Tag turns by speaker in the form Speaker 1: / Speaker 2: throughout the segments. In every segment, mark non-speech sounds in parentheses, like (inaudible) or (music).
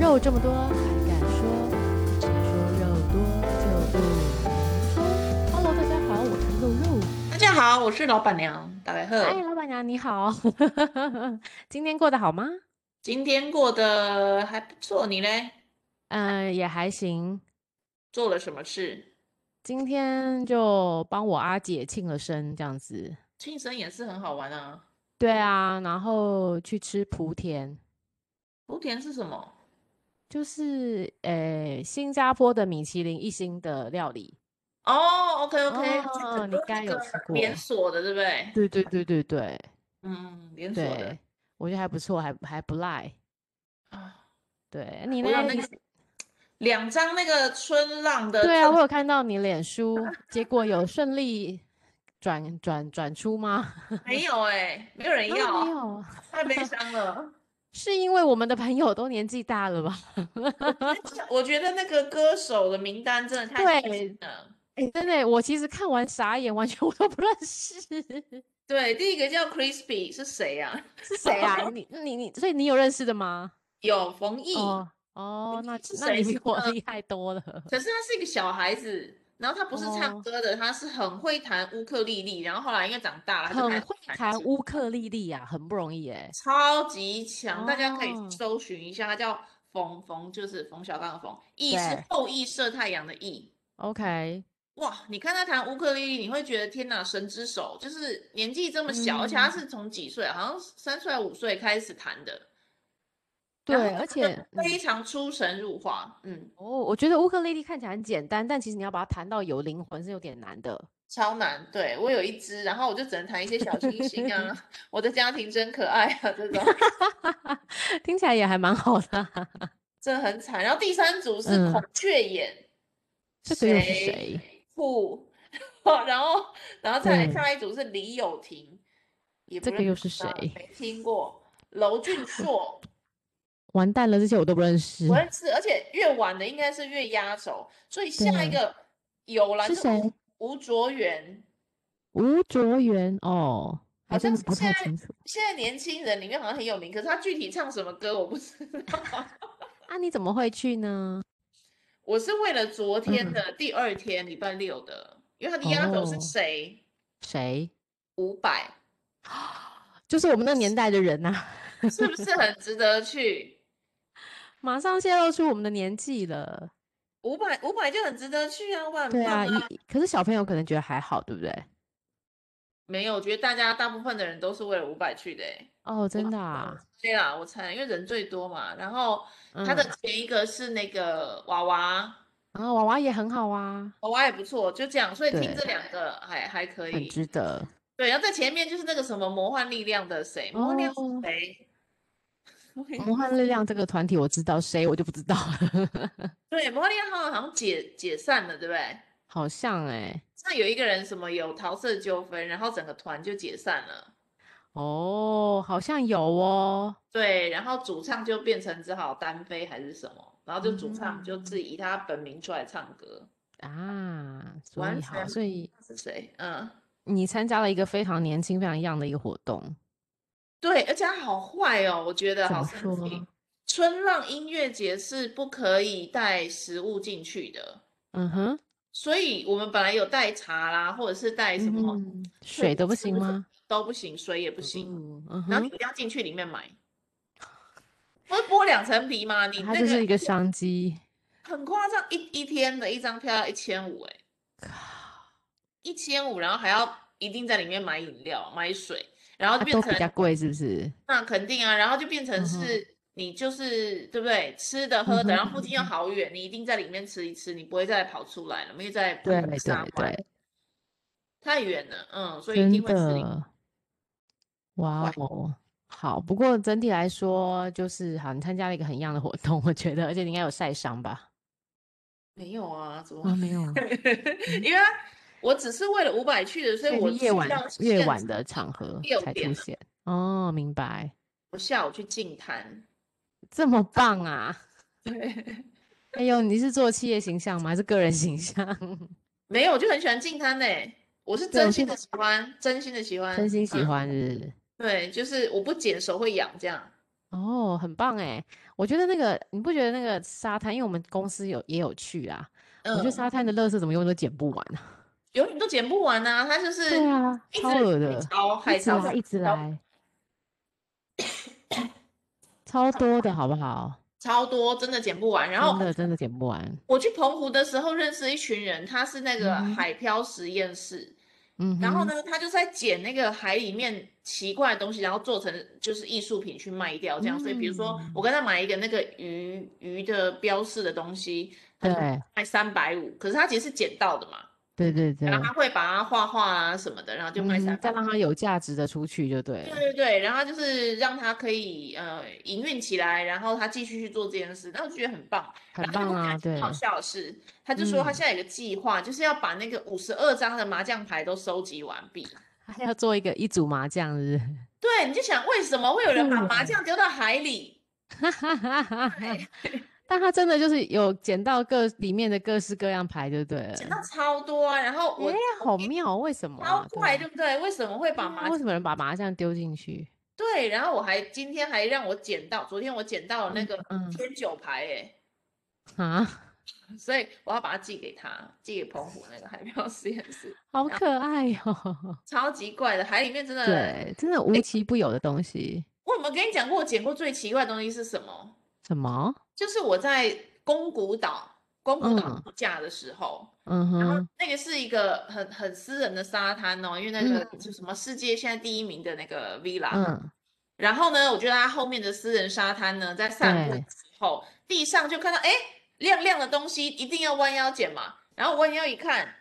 Speaker 1: 肉这么多还敢说？只说肉多就不能说。Hello，大家好，我是肉肉。
Speaker 2: 大家好，我是老板娘，大家
Speaker 1: 嗨，
Speaker 2: 好。
Speaker 1: 老板娘你好， (laughs) 今天过得好吗？
Speaker 2: 今天过得还不错，你嘞？
Speaker 1: 嗯、也还行。
Speaker 2: 做了什么事？
Speaker 1: 今天就帮我阿姐庆了生，这样子。
Speaker 2: 庆生也是很好玩啊。
Speaker 1: 对啊，然后去吃莆田，
Speaker 2: 莆田是什么？
Speaker 1: 就是呃新加坡的米其林一星的料理。
Speaker 2: 哦，OK OK，
Speaker 1: 哦你该有吃过
Speaker 2: 连锁的，对不对？
Speaker 1: 对对对对对
Speaker 2: 嗯，连锁的
Speaker 1: 对，我觉得还不错，还还不赖。
Speaker 2: 啊。
Speaker 1: 对你
Speaker 2: 我
Speaker 1: 呢？
Speaker 2: 有那
Speaker 1: 你
Speaker 2: 个两张那个春浪的
Speaker 1: 对啊，
Speaker 2: 特
Speaker 1: 我有看到你脸书，结果有顺利转转转出吗？
Speaker 2: 没有哎，没有人
Speaker 1: 啊没
Speaker 2: 要，
Speaker 1: 有，
Speaker 2: 太悲伤了。 (laughs)
Speaker 1: 是因为我们的朋友都年纪大了吧？
Speaker 2: 我觉得那个歌手的名单真的太
Speaker 1: 对
Speaker 2: 新了。
Speaker 1: 哎，真的，我其实看完傻眼，完全我都不认识
Speaker 2: 对，第一个叫 Crispy 是谁呀？
Speaker 1: 是谁啊？你你你，所以你有认识的吗？
Speaker 2: 有冯毅。
Speaker 1: 哦哦，那
Speaker 2: 是
Speaker 1: 那你
Speaker 2: 谁
Speaker 1: 比我
Speaker 2: 呢
Speaker 1: 厉害多了。
Speaker 2: 可是他是一个小孩子，然后他不是唱
Speaker 1: 哦
Speaker 2: 歌的，他是很会弹乌克丽丽，然后后来因为长大了，他就开
Speaker 1: 很
Speaker 2: 始
Speaker 1: 会
Speaker 2: 弹
Speaker 1: 弹
Speaker 2: 吉
Speaker 1: 乌克丽丽啊，很不容易哎、
Speaker 2: 超级强，大家可以
Speaker 1: 哦
Speaker 2: 搜寻一下，他叫冯冯，就是冯小刚的冯，羿是
Speaker 1: 对
Speaker 2: 后羿射太阳的羿。
Speaker 1: OK，
Speaker 2: 哇，你看他弹乌克丽丽，你会觉得天哪，神之手！就是年纪这么小，而且他
Speaker 1: 嗯
Speaker 2: 是从几岁啊，好像三岁还五岁开始弹的，然后
Speaker 1: 对，而
Speaker 2: 他就
Speaker 1: 且嗯
Speaker 2: 非常出神入化，嗯，
Speaker 1: 哦，我觉得乌克丽丽看起来很简单，但其实你要把它弹到有灵魂是有点难的。
Speaker 2: 超难，对，我有一只，然后我就只能弹一些小清新啊，
Speaker 1: (laughs)
Speaker 2: 我的家庭真可爱啊，这种
Speaker 1: 听起来也还蛮好的啊、
Speaker 2: 真的很惨。然后第三组是
Speaker 1: 嗯
Speaker 2: 孔雀眼，
Speaker 1: 这个又是
Speaker 2: 谁
Speaker 1: 谁？
Speaker 2: 酷， (laughs) 然后然后再来
Speaker 1: 对
Speaker 2: 下一组是李友廷，也
Speaker 1: 嗯
Speaker 2: 不
Speaker 1: 这个
Speaker 2: 认
Speaker 1: 又
Speaker 2: 识
Speaker 1: 是
Speaker 2: 他
Speaker 1: 谁
Speaker 2: 没听过。娄
Speaker 1: (laughs)
Speaker 2: 俊硕
Speaker 1: 完蛋了，这些我都不认识
Speaker 2: 我。认识，而且越晚的应该是越压轴，所以下一
Speaker 1: 对
Speaker 2: 个有啦，
Speaker 1: 是
Speaker 2: 就吴
Speaker 1: 谁？
Speaker 2: 吴卓源。
Speaker 1: 吴卓源哦，还
Speaker 2: 好
Speaker 1: 真
Speaker 2: 像
Speaker 1: 的
Speaker 2: 是
Speaker 1: 不
Speaker 2: 现
Speaker 1: 太
Speaker 2: 在
Speaker 1: 清楚
Speaker 2: 现在年轻人里面好像很有名，可是他具体唱什么歌我不知道。
Speaker 1: 啊？你怎么会去呢？
Speaker 2: 我是为了昨天
Speaker 1: 嗯
Speaker 2: 的第二天，礼拜六的，因为他的压轴是
Speaker 1: 哦
Speaker 2: 谁？
Speaker 1: 谁？
Speaker 2: 伍佰，
Speaker 1: 就是我们那年代的人呐、 (laughs)
Speaker 2: 是不是很值得去？
Speaker 1: 马上泄露出我们的年纪了。
Speaker 2: 伍佰，伍佰就很值得去啊，伍佰很
Speaker 1: 对啊，
Speaker 2: 棒
Speaker 1: 一可是小朋友可能觉得还好，对不对？
Speaker 2: 没有，我觉得大家大部分的人都是为了伍佰去的欸、
Speaker 1: 哦，真的
Speaker 2: 我
Speaker 1: 啊，
Speaker 2: 对啦，我猜，因为人最多嘛。然后他的
Speaker 1: 嗯
Speaker 2: 前一个是那个娃娃，
Speaker 1: 啊，娃娃也很好啊，
Speaker 2: 娃娃也不错，就这样。所以听
Speaker 1: 对
Speaker 2: 这两个还还可
Speaker 1: 很
Speaker 2: 以。
Speaker 1: 值得
Speaker 2: 对，然后在前面就是那个什么魔幻力量的谁，魔幻力量是
Speaker 1: 哦。
Speaker 2: 谁？我也
Speaker 1: 魔幻力量这个团体我知道，谁我就不知道了， (laughs)
Speaker 2: 对，魔幻力量他们好像解解散了，对不对？
Speaker 1: 好像哎、
Speaker 2: 像有一个人什么有桃色纠纷，然后整个团就解散了。
Speaker 1: 哦，好像有哦，
Speaker 2: 对，然后主唱就变成只好单飞还是什么，然后就主唱就
Speaker 1: 嗯
Speaker 2: 自己以他本名出来唱歌，
Speaker 1: 啊，所
Speaker 2: 完
Speaker 1: 以好，
Speaker 2: 全
Speaker 1: 所以
Speaker 2: 是谁？嗯，
Speaker 1: 你参加了一个非常年轻、非常 young 的一个活动，
Speaker 2: 对，而且他好坏哦，我觉得
Speaker 1: 怎
Speaker 2: 好
Speaker 1: 么
Speaker 2: 生
Speaker 1: 说
Speaker 2: 气。春浪音乐节是不可以带食物进去的，
Speaker 1: 嗯哼，
Speaker 2: 所以我们本来有带茶啦，或者是带什么
Speaker 1: 嗯，水都不行吗？
Speaker 2: 都不行，水也不行，
Speaker 1: 嗯嗯
Speaker 2: 然后你
Speaker 1: 哼，
Speaker 2: 一定要进去里面买。不是剥两层皮吗？你
Speaker 1: 它
Speaker 2: 那
Speaker 1: 就是
Speaker 2: 个
Speaker 1: 一个商机，
Speaker 2: 很夸张，一一天的一张票要一千五，哎，一千五，然后还要一定在里面买饮料、买水，然后
Speaker 1: 它
Speaker 2: 就变
Speaker 1: 啊都比较
Speaker 2: 成
Speaker 1: 贵，是不是？
Speaker 2: 那肯定啊，然后就变成
Speaker 1: 嗯哼
Speaker 2: 是你就是对不对？吃的
Speaker 1: 嗯
Speaker 2: 喝的，
Speaker 1: 哼
Speaker 2: 然后附
Speaker 1: 嗯
Speaker 2: 近又好远，你一定在里面吃一吃，你不会再跑出来了，因为在
Speaker 1: 对
Speaker 2: 在沙
Speaker 1: 对
Speaker 2: 湾
Speaker 1: 对，
Speaker 2: 太远了，嗯，所以一
Speaker 1: 真
Speaker 2: 定会吃里面。
Speaker 1: 的，哇哦。好，不过整体来说，就是好，你参加了一个很 young 的活动，我觉得，而且你应该有晒伤吧？
Speaker 2: 没有啊，怎么
Speaker 1: 啊，没有啊，
Speaker 2: 因为我只是为了五百去的，所
Speaker 1: 所以
Speaker 2: 以我
Speaker 1: 是夜
Speaker 2: 去
Speaker 1: 晚
Speaker 2: 到
Speaker 1: 夜
Speaker 2: 现
Speaker 1: 晚
Speaker 2: 场
Speaker 1: 的场合
Speaker 2: 六
Speaker 1: 才
Speaker 2: 点
Speaker 1: 出
Speaker 2: 了
Speaker 1: 现。哦，明白，
Speaker 2: 我下午去净滩，
Speaker 1: 这么棒啊！
Speaker 2: (laughs) 对，
Speaker 1: 哎呦，你是做企业形象吗？还是个人形象？
Speaker 2: 没有，我就很喜欢净滩呢，我是
Speaker 1: 对我
Speaker 2: 真
Speaker 1: 记
Speaker 2: 心
Speaker 1: 得
Speaker 2: 的喜欢，真心的喜欢，
Speaker 1: 真心喜
Speaker 2: 嗯，
Speaker 1: 欢是不是
Speaker 2: 对，就是我不剪手会痒这样，
Speaker 1: (laughs) 哦，很棒哎！我觉得那个，你不觉得那个沙滩，因为我们公司有也有去啦，我觉得
Speaker 2: 嗯，
Speaker 1: 沙滩的垃圾怎么永远都捡不完啊！
Speaker 2: 永远都捡不完呐、啊，它就是
Speaker 1: 对啊，
Speaker 2: 一
Speaker 1: 超
Speaker 2: 直
Speaker 1: 恶
Speaker 2: 海
Speaker 1: 的，
Speaker 2: 潮、
Speaker 1: 一
Speaker 2: 海
Speaker 1: 直
Speaker 2: 潮、
Speaker 1: 来，一直
Speaker 2: 潮
Speaker 1: 来，超多的好不好？
Speaker 2: 超多，真的捡不完。然
Speaker 1: 真
Speaker 2: 后
Speaker 1: 的真的捡不完。
Speaker 2: 我去澎湖的时候认识一群人，他是那
Speaker 1: 嗯
Speaker 2: 个
Speaker 1: 哼，
Speaker 2: 海漂实验室，
Speaker 1: 嗯
Speaker 2: 然后
Speaker 1: 哼，
Speaker 2: 呢，他就在捡那个海里面奇怪的东西，然后做成就是艺术品去卖掉，这样。所以比如说，
Speaker 1: 嗯，
Speaker 2: 我跟他买一个那个鱼鱼的标示的东西，他就
Speaker 1: 对
Speaker 2: 卖三百五，可是他其实是捡到的嘛，
Speaker 1: 对对
Speaker 2: 然后他
Speaker 1: 对，
Speaker 2: 会把它画画啊什么的，然后就卖
Speaker 1: 嗯
Speaker 2: 三
Speaker 1: 哼，再
Speaker 2: 百
Speaker 1: 让
Speaker 2: 五。
Speaker 1: 它有价值的出去就对
Speaker 2: 对
Speaker 1: 了。
Speaker 2: 对对，然后就是让他可以呃营运起来，然后他继续去做这件事，那我就觉得很棒。
Speaker 1: 很
Speaker 2: 然后他
Speaker 1: 棒
Speaker 2: 跟我讲
Speaker 1: 啊，
Speaker 2: 一件很好
Speaker 1: 对，
Speaker 2: 笑的事，他就说他
Speaker 1: 嗯，
Speaker 2: 现在有个计划，就是要把那个五十二张的麻将牌都收集完毕。
Speaker 1: 还 (laughs) 要做一个一组麻将日，
Speaker 2: 对，你就想为什么会有人把
Speaker 1: 酷
Speaker 2: 麻
Speaker 1: 哎，
Speaker 2: 将丢到海里？
Speaker 1: 哈哈哈哈哈！
Speaker 2: 对，
Speaker 1: (laughs) 但他真的就是有捡到各里面的各式各样牌，就对
Speaker 2: 捡
Speaker 1: 了。
Speaker 2: 到超多啊！然后
Speaker 1: 哎，
Speaker 2: 我我
Speaker 1: 好
Speaker 2: 一
Speaker 1: 妙哦，为什么
Speaker 2: 超
Speaker 1: 啊？对
Speaker 2: 怪，
Speaker 1: 啊，
Speaker 2: 对不对？为什么会把
Speaker 1: 对啊，
Speaker 2: 麻
Speaker 1: 为什么人把麻将丢进去？
Speaker 2: 对，然后我还今天还让我捡到，昨天我捡到了那
Speaker 1: 嗯
Speaker 2: 个
Speaker 1: 嗯
Speaker 2: 天九牌，哎，
Speaker 1: 啊，
Speaker 2: 所以我要把它寄给他，寄给澎湖
Speaker 1: (laughs)
Speaker 2: 那个海漂实验室。
Speaker 1: 好
Speaker 2: (laughs) 然后呃
Speaker 1: 可爱哟！
Speaker 2: 超级怪的，海里面真的，
Speaker 1: 对，真的无
Speaker 2: 哎，
Speaker 1: 奇不有的东西。
Speaker 2: 我有没有跟你讲过我捡过最奇怪的东西是什么？
Speaker 1: 什么？
Speaker 2: 就是我在宫古岛，宫古岛
Speaker 1: 嗯
Speaker 2: 度假的时候，
Speaker 1: 嗯
Speaker 2: 然后
Speaker 1: 哼，
Speaker 2: 那个是一个很很私人的沙滩哦，因为那个
Speaker 1: 嗯
Speaker 2: 就什么世界现在第一名的那个 villa 嘛。
Speaker 1: 嗯，
Speaker 2: 然后呢，我就在它后面的私人沙滩呢，在散步的
Speaker 1: 对，
Speaker 2: 时候，地上就看到哎亮亮的东西，一定要弯腰捡嘛。然后弯腰一看，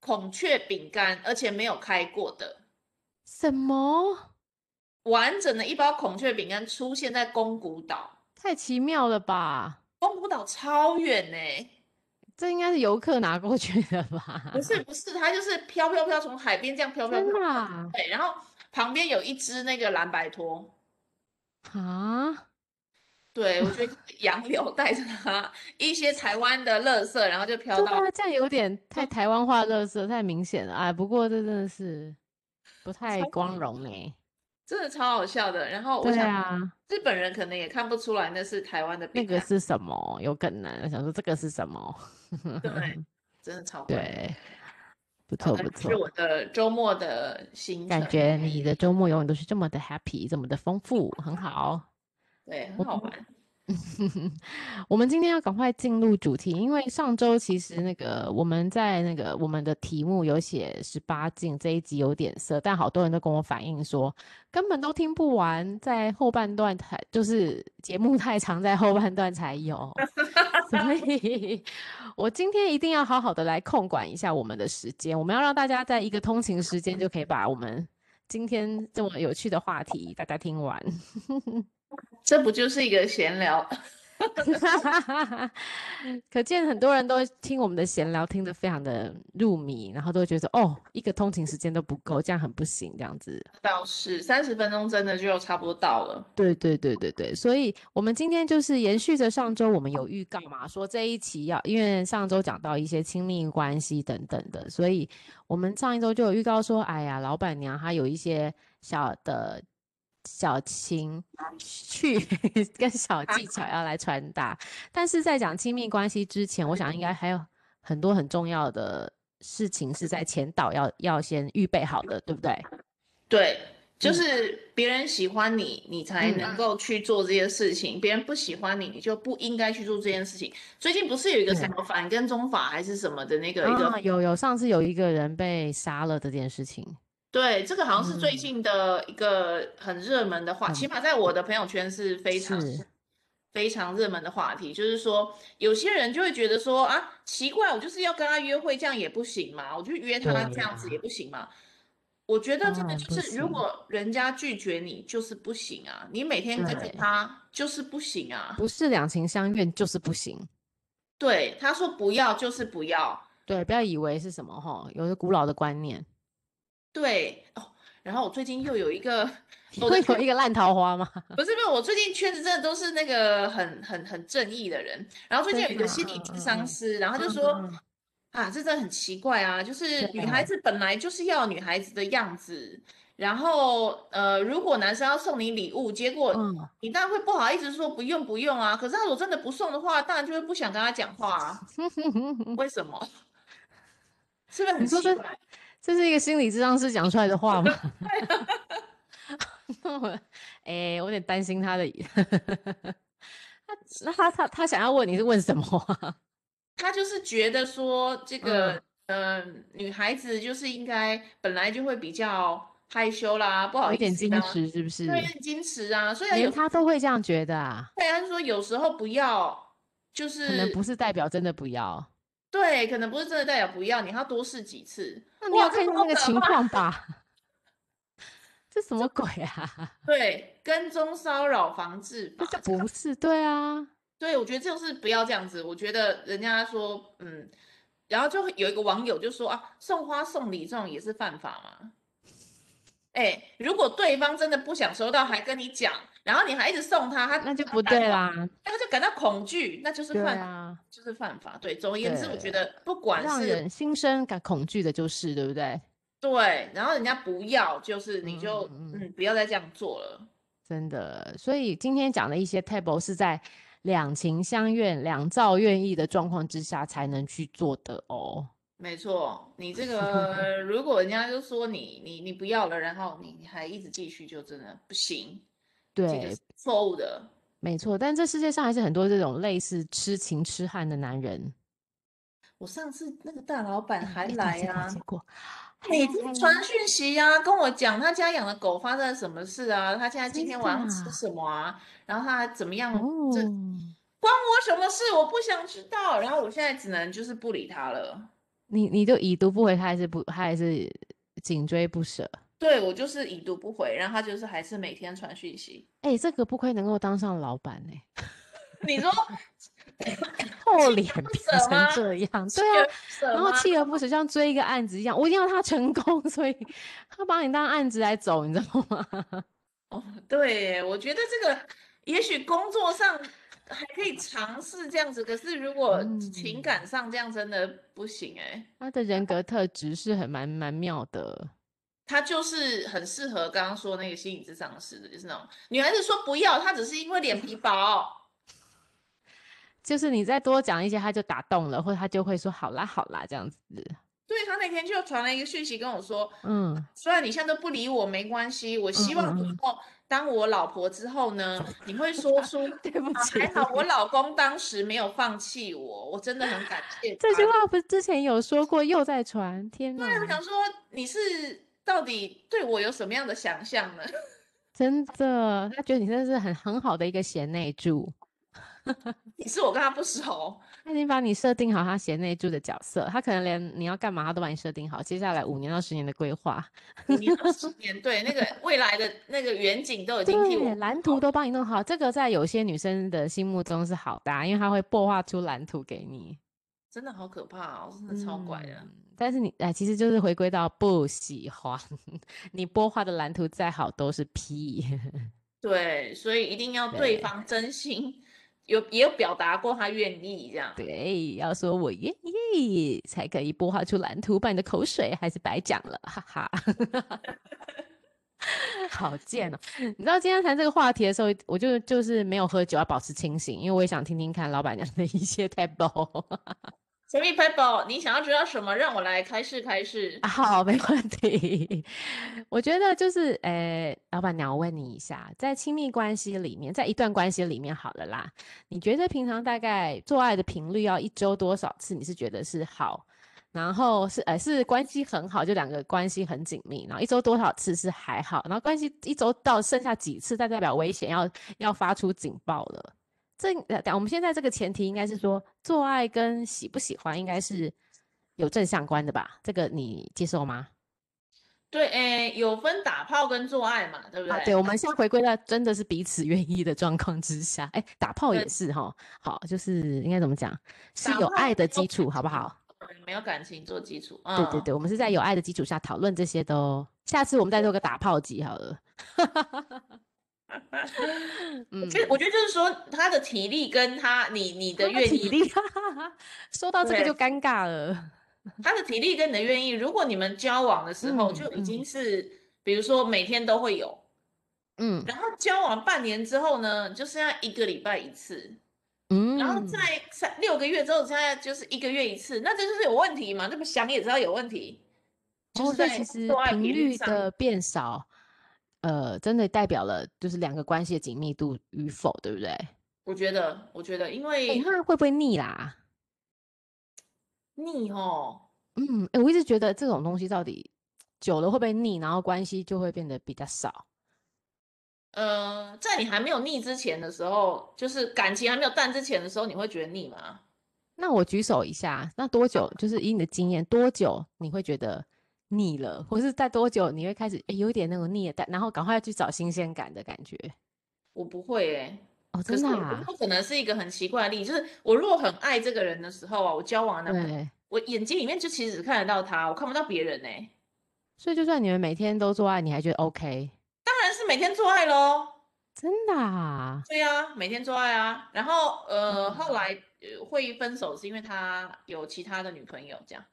Speaker 2: 孔雀饼干，而且没有开过的，
Speaker 1: 什么？
Speaker 2: 完整的一包孔雀饼干出现在宫古岛，
Speaker 1: 太奇妙了吧！
Speaker 2: 宫古岛超远呢、
Speaker 1: 这应该是游客拿过去的
Speaker 2: 不是
Speaker 1: 吧？
Speaker 2: 不是，它就是飘飘飘从海边这样飘飘
Speaker 1: 啊真
Speaker 2: 飘
Speaker 1: 的
Speaker 2: 飘，
Speaker 1: 啊？
Speaker 2: 对，然后旁边有一只那个蓝白拖，
Speaker 1: 啊？
Speaker 2: 对，我觉得就是洋流带着它一些台湾的垃圾，然后就飘
Speaker 1: 对
Speaker 2: 到，嗯
Speaker 1: 啊，这样有
Speaker 2: (laughs)
Speaker 1: 点太台湾化特色，太明显了啊！不过这真的是不太
Speaker 2: 超
Speaker 1: 光
Speaker 2: 级
Speaker 1: 荣呢。
Speaker 2: 真的超好笑的。然后我
Speaker 1: 对
Speaker 2: 想
Speaker 1: 啊，
Speaker 2: 日本人可能也看不出来那是台湾的
Speaker 1: 那
Speaker 2: 饼
Speaker 1: 个
Speaker 2: 干，
Speaker 1: 是什么？有更难，我想说这个是什么？
Speaker 2: 对，
Speaker 1: (laughs)
Speaker 2: 真的超怪。
Speaker 1: 对，不错
Speaker 2: 好，那
Speaker 1: 不
Speaker 2: 就是
Speaker 1: 错，
Speaker 2: 我的周末的行
Speaker 1: 感
Speaker 2: 程，
Speaker 1: 觉你的周末永远都是这么的 happy，这么的丰富，很好。
Speaker 2: 对，很
Speaker 1: 我
Speaker 2: 好
Speaker 1: 们
Speaker 2: 玩。
Speaker 1: 我们今天要赶快进入主题，因为上周其实那个我们在那个我们的题目有写十八禁这一集有点色，但好多人都跟我反映说根本都听不完，在后半段才就是节目太长，在后半段才有，所以我今天一定要好好的来控管一下我们的时间，我们要让大家在一个通勤时间就可以把我们今天这么有趣的话题大家听完。
Speaker 2: 这不就是一个闲聊？
Speaker 1: (laughs) 可见很多人都听我们的闲聊，听得非常的入迷，然后都会觉得哦，一个通勤时间都不够，这样很不行，这样子。
Speaker 2: 倒是三十分钟真的就差不多到了。
Speaker 1: 对对对对对，所以我们今天就是延续着上周我们有预告嘛，说这一期要，因为上周讲到一些亲密关系等等的，所以我们上一周就有预告说，哎呀，老板娘她有一些小的小情趣 (laughs) 跟小技巧要来传达，但是在讲亲密关系之前，我想应该还有很多很重要的事情是在前导要要先预备好的，对不对？
Speaker 2: 对，就
Speaker 1: 嗯
Speaker 2: 是别人喜欢你，你才能
Speaker 1: 嗯，
Speaker 2: 够去做这件事情；别人不喜欢你，你就不应该去做这件事情。最近不是有一个什
Speaker 1: 对。
Speaker 2: 么反跟踪法还是什么的那个一个？
Speaker 1: 啊，有有，上次有一个人被杀了这件事情，
Speaker 2: 对，这个好像是最
Speaker 1: 嗯，
Speaker 2: 近的一个很热门的话，起
Speaker 1: 很
Speaker 2: 码在我的朋友圈是非常
Speaker 1: 是，
Speaker 2: 非常热门的话题。就是说，有些人就会觉得说啊，奇怪，我就是要跟他约会，这样也不行嘛，我就约他
Speaker 1: 对
Speaker 2: 这样子也
Speaker 1: 呀，
Speaker 2: 不行嘛。我觉得真
Speaker 1: 当
Speaker 2: 的
Speaker 1: 然
Speaker 2: 就
Speaker 1: 不
Speaker 2: 是，如
Speaker 1: 行，
Speaker 2: 果人家拒绝你，就是不行啊！你每天跟着
Speaker 1: 对，
Speaker 2: 他，就是不行啊！
Speaker 1: 不是两情相悦就是不行，
Speaker 2: 对，他说不要就是不要，
Speaker 1: 对，不要以为是什么吼，有些古老的观念，
Speaker 2: 对哦。然后我最近又有一个，我的
Speaker 1: 会
Speaker 2: 圈
Speaker 1: 有一个烂桃花吗？
Speaker 2: 不是不是，我最近圈子真的都是那个很很很正义的人。然后最近有
Speaker 1: 真
Speaker 2: 一
Speaker 1: 的
Speaker 2: 个
Speaker 1: 啊，
Speaker 2: 心理咨
Speaker 1: 嗯
Speaker 2: 商
Speaker 1: 嗯
Speaker 2: 师，然后他就
Speaker 1: 嗯嗯
Speaker 2: 说
Speaker 1: 嗯嗯，
Speaker 2: 啊，这真的很奇怪啊，就是女孩
Speaker 1: 对，
Speaker 2: 子本来就是要女孩子的样子，然后呃，如果男生要送你礼物，结果
Speaker 1: 嗯，
Speaker 2: 你当然会不好意思说不用不用啊。可是他如果真的不送的话，当然就会不想跟他讲话
Speaker 1: (laughs)
Speaker 2: 啊。为什么？ (laughs) 是不是很
Speaker 1: 你说
Speaker 2: 奇
Speaker 1: 这
Speaker 2: 怪？
Speaker 1: 这是一个心理智商师讲出来的话
Speaker 2: (laughs)
Speaker 1: 吗？
Speaker 2: 啊
Speaker 1: 那我，哎、我有点担心他的他 (laughs) 那他他他想要问你是问什么啊？
Speaker 2: 他就是觉得说这
Speaker 1: 嗯
Speaker 2: 个，呃，女孩子就是应该本来就会比较害羞啦，不好
Speaker 1: 有一
Speaker 2: 意
Speaker 1: 点
Speaker 2: 思
Speaker 1: 矜
Speaker 2: 啦，
Speaker 1: 持是不是？
Speaker 2: 对，有点矜持啊。虽然
Speaker 1: 连
Speaker 2: 有，
Speaker 1: 他都会这样觉得啊，
Speaker 2: 对，他说有时候不要，就
Speaker 1: 可能
Speaker 2: 是
Speaker 1: 不是代表真的不要。
Speaker 2: 对，可能不是真的代表不要，你还要多试几次。
Speaker 1: 那你
Speaker 2: 哇，
Speaker 1: 要
Speaker 2: 这
Speaker 1: 看
Speaker 2: 好
Speaker 1: 那个
Speaker 2: 可
Speaker 1: 情
Speaker 2: 怕！
Speaker 1: 况
Speaker 2: (laughs)
Speaker 1: 吧？这什么鬼啊？
Speaker 2: 对，跟踪骚扰防治
Speaker 1: 那
Speaker 2: 法，
Speaker 1: 就不是对啊。
Speaker 2: 对，我觉得就是不要这样子。我觉得人家说，嗯，然后就会有一个网友就说啊，送花送礼这种也是犯法吗？哎，如果对方真的不想收到，还跟你讲，然后你还一直送他，他
Speaker 1: 那就
Speaker 2: 他
Speaker 1: 不
Speaker 2: 感
Speaker 1: 对
Speaker 2: 到
Speaker 1: 啦，
Speaker 2: 他就感到恐惧，那就是
Speaker 1: 对
Speaker 2: 犯，
Speaker 1: 啊，
Speaker 2: 就是犯法。对，总而言之，我觉
Speaker 1: 对，
Speaker 2: 得不管
Speaker 1: 让
Speaker 2: 是
Speaker 1: 人心生感恐惧的就是对不对？
Speaker 2: 对，然后人家不要，就是你
Speaker 1: 嗯
Speaker 2: 就
Speaker 1: 嗯嗯，
Speaker 2: 嗯，不要再这样做了。
Speaker 1: 真的。所以今天讲的一些 table 是在两情相悦、两造愿意的状况之下才能去做的哦。
Speaker 2: 没错，你这个
Speaker 1: (laughs)
Speaker 2: 如果人家就说你你你不要了，然后你你还一直继续，就真的不行，这个
Speaker 1: 对，
Speaker 2: 是错误的。
Speaker 1: 没错。但这世界上还是很多这种类似痴情痴汉的男人。
Speaker 2: 我上次那个大老板
Speaker 1: 哎，
Speaker 2: 还
Speaker 1: 没打
Speaker 2: 来
Speaker 1: 结果，
Speaker 2: 啊，
Speaker 1: 结果还
Speaker 2: 每
Speaker 1: 来
Speaker 2: 天
Speaker 1: 还来，
Speaker 2: 传讯息啊，跟我讲他家养的狗发生了什么事啊，他现在今
Speaker 1: 真
Speaker 2: 天
Speaker 1: 的
Speaker 2: 晚上吃
Speaker 1: 啊
Speaker 2: 什么啊，然后他还怎么样，这
Speaker 1: 哦，
Speaker 2: 关我什么事？我不想知道。然后我现在只能就是不理他了。
Speaker 1: 你你就已读不回，他还是不，他还是紧追不舍。
Speaker 2: 对，我就是已读不回，然后他就是还是每天传讯息。
Speaker 1: 哎，这个不亏能够当上老板呢、
Speaker 2: 你说
Speaker 1: 厚
Speaker 2: 锲
Speaker 1: 脸
Speaker 2: 而不
Speaker 1: 变
Speaker 2: 舍
Speaker 1: 成
Speaker 2: 吗？
Speaker 1: 这样，
Speaker 2: 锲
Speaker 1: (laughs) 对啊，
Speaker 2: 而不舍
Speaker 1: 然后
Speaker 2: 吗？
Speaker 1: 锲而不舍，像追一个案子一样，我一定要他成功， (laughs) 所以他把你当案子来走，你知道吗？ (laughs)
Speaker 2: 哦，对耶，我觉得这个也许工作上还可以尝试这样子，可是如果情
Speaker 1: 嗯，
Speaker 2: 感上这样真的不行哎，
Speaker 1: 他的人格特质是很蛮蛮妙的，
Speaker 2: 他就是很适合刚刚说那个心理咨商师的，就是那种女孩子说不要，她只是因为脸皮薄，
Speaker 1: 就是你再多讲一些，他就打动了，或者他就会说好啦好啦这样子，
Speaker 2: 对，她那天就传了一个讯息跟我说， (laughs)
Speaker 1: 嗯
Speaker 2: 虽然你现在都不理我没关系，我
Speaker 1: 嗯
Speaker 2: 希望以
Speaker 1: 嗯
Speaker 2: 后当我老婆之后呢，你会
Speaker 1: (laughs)
Speaker 2: 说出
Speaker 1: 嗯，对不
Speaker 2: 啊
Speaker 1: 起，
Speaker 2: 还好我老公当时没有放弃我，我真的很感谢
Speaker 1: 这句
Speaker 2: 他。
Speaker 1: 话不是之前有说过，又在传，天
Speaker 2: 对啊，我
Speaker 1: 呐，
Speaker 2: 想说你是到底对我有什么样的想象呢？ (laughs)
Speaker 1: 真的，他觉得你真的是很很好的一个贤内助。
Speaker 2: 你是我跟他不熟，
Speaker 1: 他已经把你设定好他贤内助的角色，他可能连你要干嘛，他都把你设定好，接下来五年到十年的规划，
Speaker 2: 五年到十年，对那个未来的那个远景都已经替我
Speaker 1: 对，
Speaker 2: 们
Speaker 1: 蓝图
Speaker 2: 好。
Speaker 1: 都帮你弄好。这个在有些女生的心目中是好的啊、因为她会擘画出蓝图给你。
Speaker 2: 真的好可怕哦，真的超怪的。
Speaker 1: 嗯，但是你哎，其实就是回归到不喜欢， (laughs) 你擘画的蓝图再好都是屁。 (laughs)
Speaker 2: 对，所以一定要对
Speaker 1: 对
Speaker 2: 方真心有也有表达过他愿意这样。
Speaker 1: 对，要说我愿意才可以擘画出蓝图，不然你的口水还是白讲了，哈哈。 (laughs) 好贱哦！
Speaker 2: 嗯
Speaker 1: 你知道今天谈这个话题的时候，我就就是没有喝酒，要保持清醒，因为我也想听听看老板娘的一些 (laughs) table。
Speaker 2: 神秘 people，你想要知道什么？让我来开示开示。
Speaker 1: 啊好，没问题。我觉得就是，呃，老板娘，我问你一下，在亲密关系里面，在一段关系里面，好了啦，你觉得平常大概做爱的频率要一周多少次？你是觉得是好，然后是呃是关系很好，就两个关系很紧密，然后一周多少次是还好，然后关系一周到剩下几次，再代表危险要要发出警报了。这呃我们现在这个前提应该是说，做爱跟喜不喜欢应该是有正相关的吧？这个你接受吗？
Speaker 2: 对，诶，有分打炮跟做爱嘛，对不
Speaker 1: 啊，对，
Speaker 2: 对？
Speaker 1: 我们现在回归到真的是彼此愿意的状况之下，哎，打炮也
Speaker 2: 对，
Speaker 1: 是哈，好，就是应该怎么讲，是
Speaker 2: 打
Speaker 1: 有
Speaker 2: 炮
Speaker 1: 爱的
Speaker 2: 没有
Speaker 1: 基
Speaker 2: 感
Speaker 1: 础，好不
Speaker 2: 情，
Speaker 1: 好？
Speaker 2: 对没有感情做基础，
Speaker 1: 对对
Speaker 2: 嗯。
Speaker 1: 对，我们是在有爱的基础下讨论这些的哦。下次我们再做个打炮集好
Speaker 2: (laughs)
Speaker 1: 了。
Speaker 2: 我觉得，我
Speaker 1: 嗯，
Speaker 2: 觉得就是说，他的体力跟他你你
Speaker 1: 他
Speaker 2: 的
Speaker 1: 的
Speaker 2: 愿
Speaker 1: 体
Speaker 2: 意，
Speaker 1: 力，哈哈哈，说到这个就
Speaker 2: 对，
Speaker 1: 尴尬了。
Speaker 2: 他的体力跟你的愿意，如果你们交往的时候
Speaker 1: 嗯
Speaker 2: 就已经
Speaker 1: 嗯，
Speaker 2: 是比如说每天都会有，
Speaker 1: 嗯
Speaker 2: 然后交往半年之后呢，就是要一个礼拜一次，
Speaker 1: 嗯，
Speaker 2: 然后在三六个月之后，现在就是一个月一次，那这就是有问题嘛？这么想也知道有问题，就
Speaker 1: 哦，
Speaker 2: 是
Speaker 1: 所以
Speaker 2: 在
Speaker 1: 其实
Speaker 2: 做爱
Speaker 1: 频
Speaker 2: 频
Speaker 1: 率
Speaker 2: 率上，
Speaker 1: 的变少，呃，真的代表了就是两个关系的紧密度与否，对不对？
Speaker 2: 我觉得，我觉得，因
Speaker 1: 哎、
Speaker 2: 为
Speaker 1: 那会不会腻啦？
Speaker 2: 腻哦，
Speaker 1: 嗯，哎、我一直觉得这种东西到底久了会不会腻，然后关系就会变得比较少。
Speaker 2: 呃，在你还没有腻之前的时候，就是感情还没有淡之前的时候，你会觉得腻吗？
Speaker 1: 那我举手一下，那多久？就是以你的经验，多久你会觉得腻了，或是在多久你会开始、哎有一点那种腻了，但然后赶快去找新鲜感的感觉？
Speaker 2: 我不会哎、
Speaker 1: 哦，真
Speaker 2: 可是
Speaker 1: 的
Speaker 2: 我我
Speaker 1: 啊，
Speaker 2: 有可能是一个很奇怪的例子，就是我如果很爱这个人的时候啊，我交往的男朋友，
Speaker 1: 对。
Speaker 2: 我眼睛里面就其实只看得到他，我看不到别人哎、
Speaker 1: 所以就算你们每天都做爱，你还觉得 OK？
Speaker 2: 当然是每天做爱喽。
Speaker 1: 真的啊？
Speaker 2: 对啊，每天做爱啊。然后呃，后
Speaker 1: 嗯
Speaker 2: 来呃会分手是因为他有其他的女朋友这样。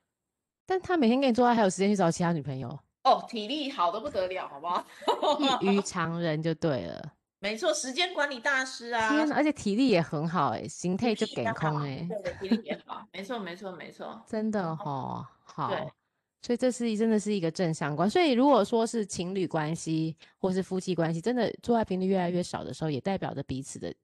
Speaker 1: 但他每天跟你做爱，还有时间去找其他女朋
Speaker 2: (laughs)
Speaker 1: 友，
Speaker 2: 哦，体力好的不得了，好不 (laughs) 好？
Speaker 1: 异
Speaker 2: 嗯
Speaker 1: 于常人就对了。
Speaker 2: 没错，时间管理大师啊，
Speaker 1: 天哪，而且体力也很好哎、形
Speaker 2: 体
Speaker 1: 态就
Speaker 2: 力也
Speaker 1: 健
Speaker 2: 好，
Speaker 1: 康哎、
Speaker 2: 对，体力也好，没错，没错，没错。
Speaker 1: 真的
Speaker 2: 然后
Speaker 1: 哦，
Speaker 2: 对，
Speaker 1: 好，所以这是真的是一个正相关。所以如果说是情侣关系或是夫妻关系，真的做爱频率越来越少的时候，也代表着彼此的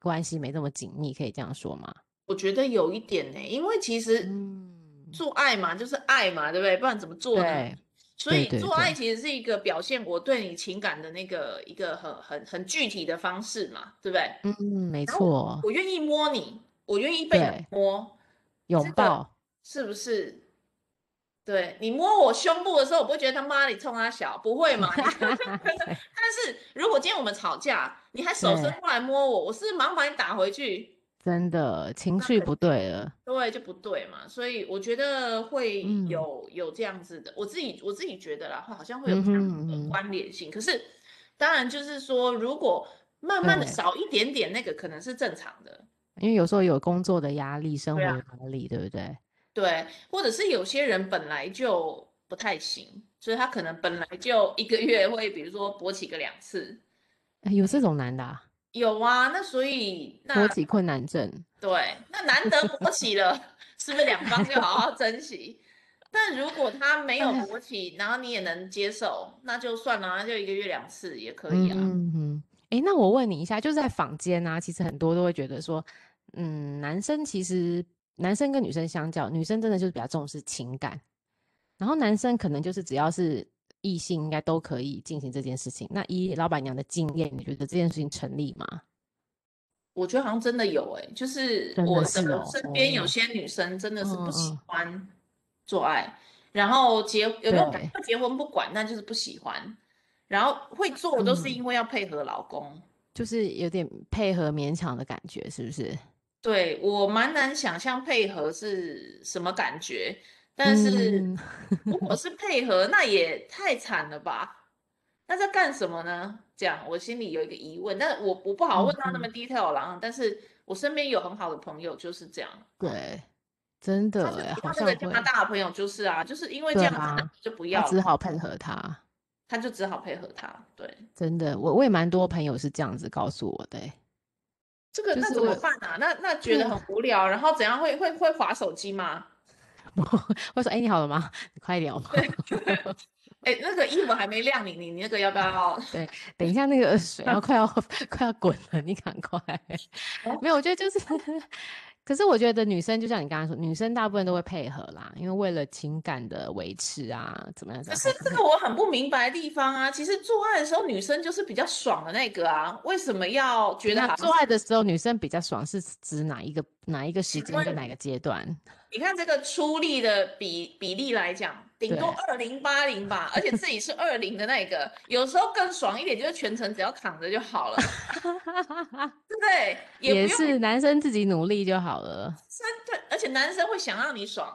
Speaker 1: 关系没那么紧密，可以这样说吗？
Speaker 2: 我觉得有一点呢、因为其实
Speaker 1: 嗯，
Speaker 2: 做爱嘛，就是爱嘛，对不对？不然怎么做呢？
Speaker 1: 对，
Speaker 2: 所
Speaker 1: 对
Speaker 2: 以
Speaker 1: 对
Speaker 2: 做爱
Speaker 1: 对，
Speaker 2: 其实是一个表现我对你情感的那个一个很很很具体的方式嘛，对不对？
Speaker 1: 嗯，没
Speaker 2: 然后我
Speaker 1: 错，
Speaker 2: 我愿意摸你，我愿意被你
Speaker 1: 对，
Speaker 2: 摸，这
Speaker 1: 拥
Speaker 2: 个
Speaker 1: 抱，
Speaker 2: 是不是？对你摸我胸部的时候，我不会觉得他妈你冲他小，不会嘛？你 (laughs)
Speaker 1: 对
Speaker 2: 但是如果今天我们吵架，你还手伸
Speaker 1: 对，
Speaker 2: 过来摸我，我是忙把你打回去，
Speaker 1: 真的情
Speaker 2: 那
Speaker 1: 绪
Speaker 2: 肯
Speaker 1: 不对了，
Speaker 2: 对就不对嘛。所以我觉得会
Speaker 1: 嗯
Speaker 2: 有有这样子的，我自己我自己觉得啦，会好像会有
Speaker 1: 嗯哼
Speaker 2: 这样
Speaker 1: 嗯
Speaker 2: 的
Speaker 1: 哼，
Speaker 2: 关联性。可是当然就是说，如果慢慢的
Speaker 1: 对。
Speaker 2: 少一点点，那个可能是正常的。
Speaker 1: 因为有时候有工作的压力、生
Speaker 2: 对
Speaker 1: 活
Speaker 2: 啊。
Speaker 1: 的压力，对不对？
Speaker 2: 对，或者是有些人本来就不太行，所以他可能本来就一个月会，比如说勃起个两次，
Speaker 1: 哎有这种男的、啊，
Speaker 2: 有啊，那所以
Speaker 1: 勃
Speaker 2: 那
Speaker 1: 起困难症，
Speaker 2: 对，那难得勃起了， (laughs) 是不是两方就好好珍惜？但如果他没有
Speaker 1: 哎，
Speaker 2: 勃起，然后你也能接受，那就算了啊，那就一个月两次也可以啊。
Speaker 1: 嗯嗯嗯，哎，那我问你一下，就是在坊间啊，其实很多都会觉得说，嗯，男生其实男生跟女生相较，女生真的就是比较重视情感，然后男生可能就是只要是异性，应该都可以进行这件事情。那以老板娘的经验，你觉得这件事情成立吗？
Speaker 2: 我觉得好像真的有诶、就是
Speaker 1: 真
Speaker 2: 我
Speaker 1: 的是
Speaker 2: 的
Speaker 1: 哦，
Speaker 2: 身边有
Speaker 1: 哦，
Speaker 2: 些女生真的是
Speaker 1: 嗯
Speaker 2: 不喜
Speaker 1: 嗯，
Speaker 2: 欢做爱，然后结有没有打
Speaker 1: 对，
Speaker 2: 算结婚不管，但就是不喜欢，然后会做都是
Speaker 1: 嗯，
Speaker 2: 因为要配合老公。
Speaker 1: 就是有点配合勉强的感觉，是不是？
Speaker 2: 对，我蛮难想象配合是什么感觉，但是
Speaker 1: 嗯，
Speaker 2: 如果是配合，那也太惨了吧？那在干什么呢？这样我心里有一个疑问，但我我不好
Speaker 1: 嗯
Speaker 2: 问到那么
Speaker 1: 嗯，
Speaker 2: detail 啦，但是我身边有很好的朋友就是这样，嗯。
Speaker 1: 对，真
Speaker 2: 上
Speaker 1: 的
Speaker 2: 次
Speaker 1: 哎，
Speaker 2: 提
Speaker 1: 好
Speaker 2: 到那个
Speaker 1: 像
Speaker 2: 加拿
Speaker 1: 会，
Speaker 2: 大的朋友就是啊，就是因为这
Speaker 1: 对
Speaker 2: 样子，那
Speaker 1: 啊，
Speaker 2: 就不
Speaker 1: 他
Speaker 2: 要嗯
Speaker 1: 只
Speaker 2: 了，
Speaker 1: 好配合他，
Speaker 2: 他就只好配合他。对，
Speaker 1: 真的，我我也蛮多朋友是这样子告诉我的欸， (laughs)
Speaker 2: 这个
Speaker 1: 就
Speaker 2: 那
Speaker 1: 是
Speaker 2: 怎么
Speaker 1: 我，
Speaker 2: 办啊？那那觉
Speaker 1: 对
Speaker 2: 得
Speaker 1: 啊，
Speaker 2: 很无聊，然后怎样会会会划手机吗？
Speaker 1: 我会说，哎，你好了吗？你快一点好哦吗？
Speaker 2: 对，哎，那个衣服还没晾，你你你那个要不要？ (laughs)
Speaker 1: 对， (laughs) 等一下那个水要快要快要滚了，你赶快。(laughs)
Speaker 2: 哦，
Speaker 1: 没有，我觉得就是，可是我觉得女生就像你刚才说，女生大部分都会配合啦，因为为了情感的维持啊，怎么样怎
Speaker 2: 可
Speaker 1: 么样，还
Speaker 2: 是
Speaker 1: 是
Speaker 2: 这
Speaker 1: 会。
Speaker 2: 个我很不明白的地方啊，其实做爱的时候女生就是比较爽的那个啊，为什么要觉
Speaker 1: 那
Speaker 2: 得好像
Speaker 1: 做
Speaker 2: 是？
Speaker 1: 爱的时候，女生比较爽，是指哪一个哪一个时
Speaker 2: 请
Speaker 1: 间跟
Speaker 2: 问
Speaker 1: 哪个阶段？
Speaker 2: 你看这个出力的比比例来讲，顶多
Speaker 1: 对，
Speaker 2: 二零八零吧，而且自己是二零的那个，有时候更爽一点，就是全程只要躺着
Speaker 1: (laughs)
Speaker 2: 就好了，对不对？也
Speaker 1: 也
Speaker 2: 不用
Speaker 1: 是男生自己努力就好了。
Speaker 2: 真的，而且男生会想让你爽，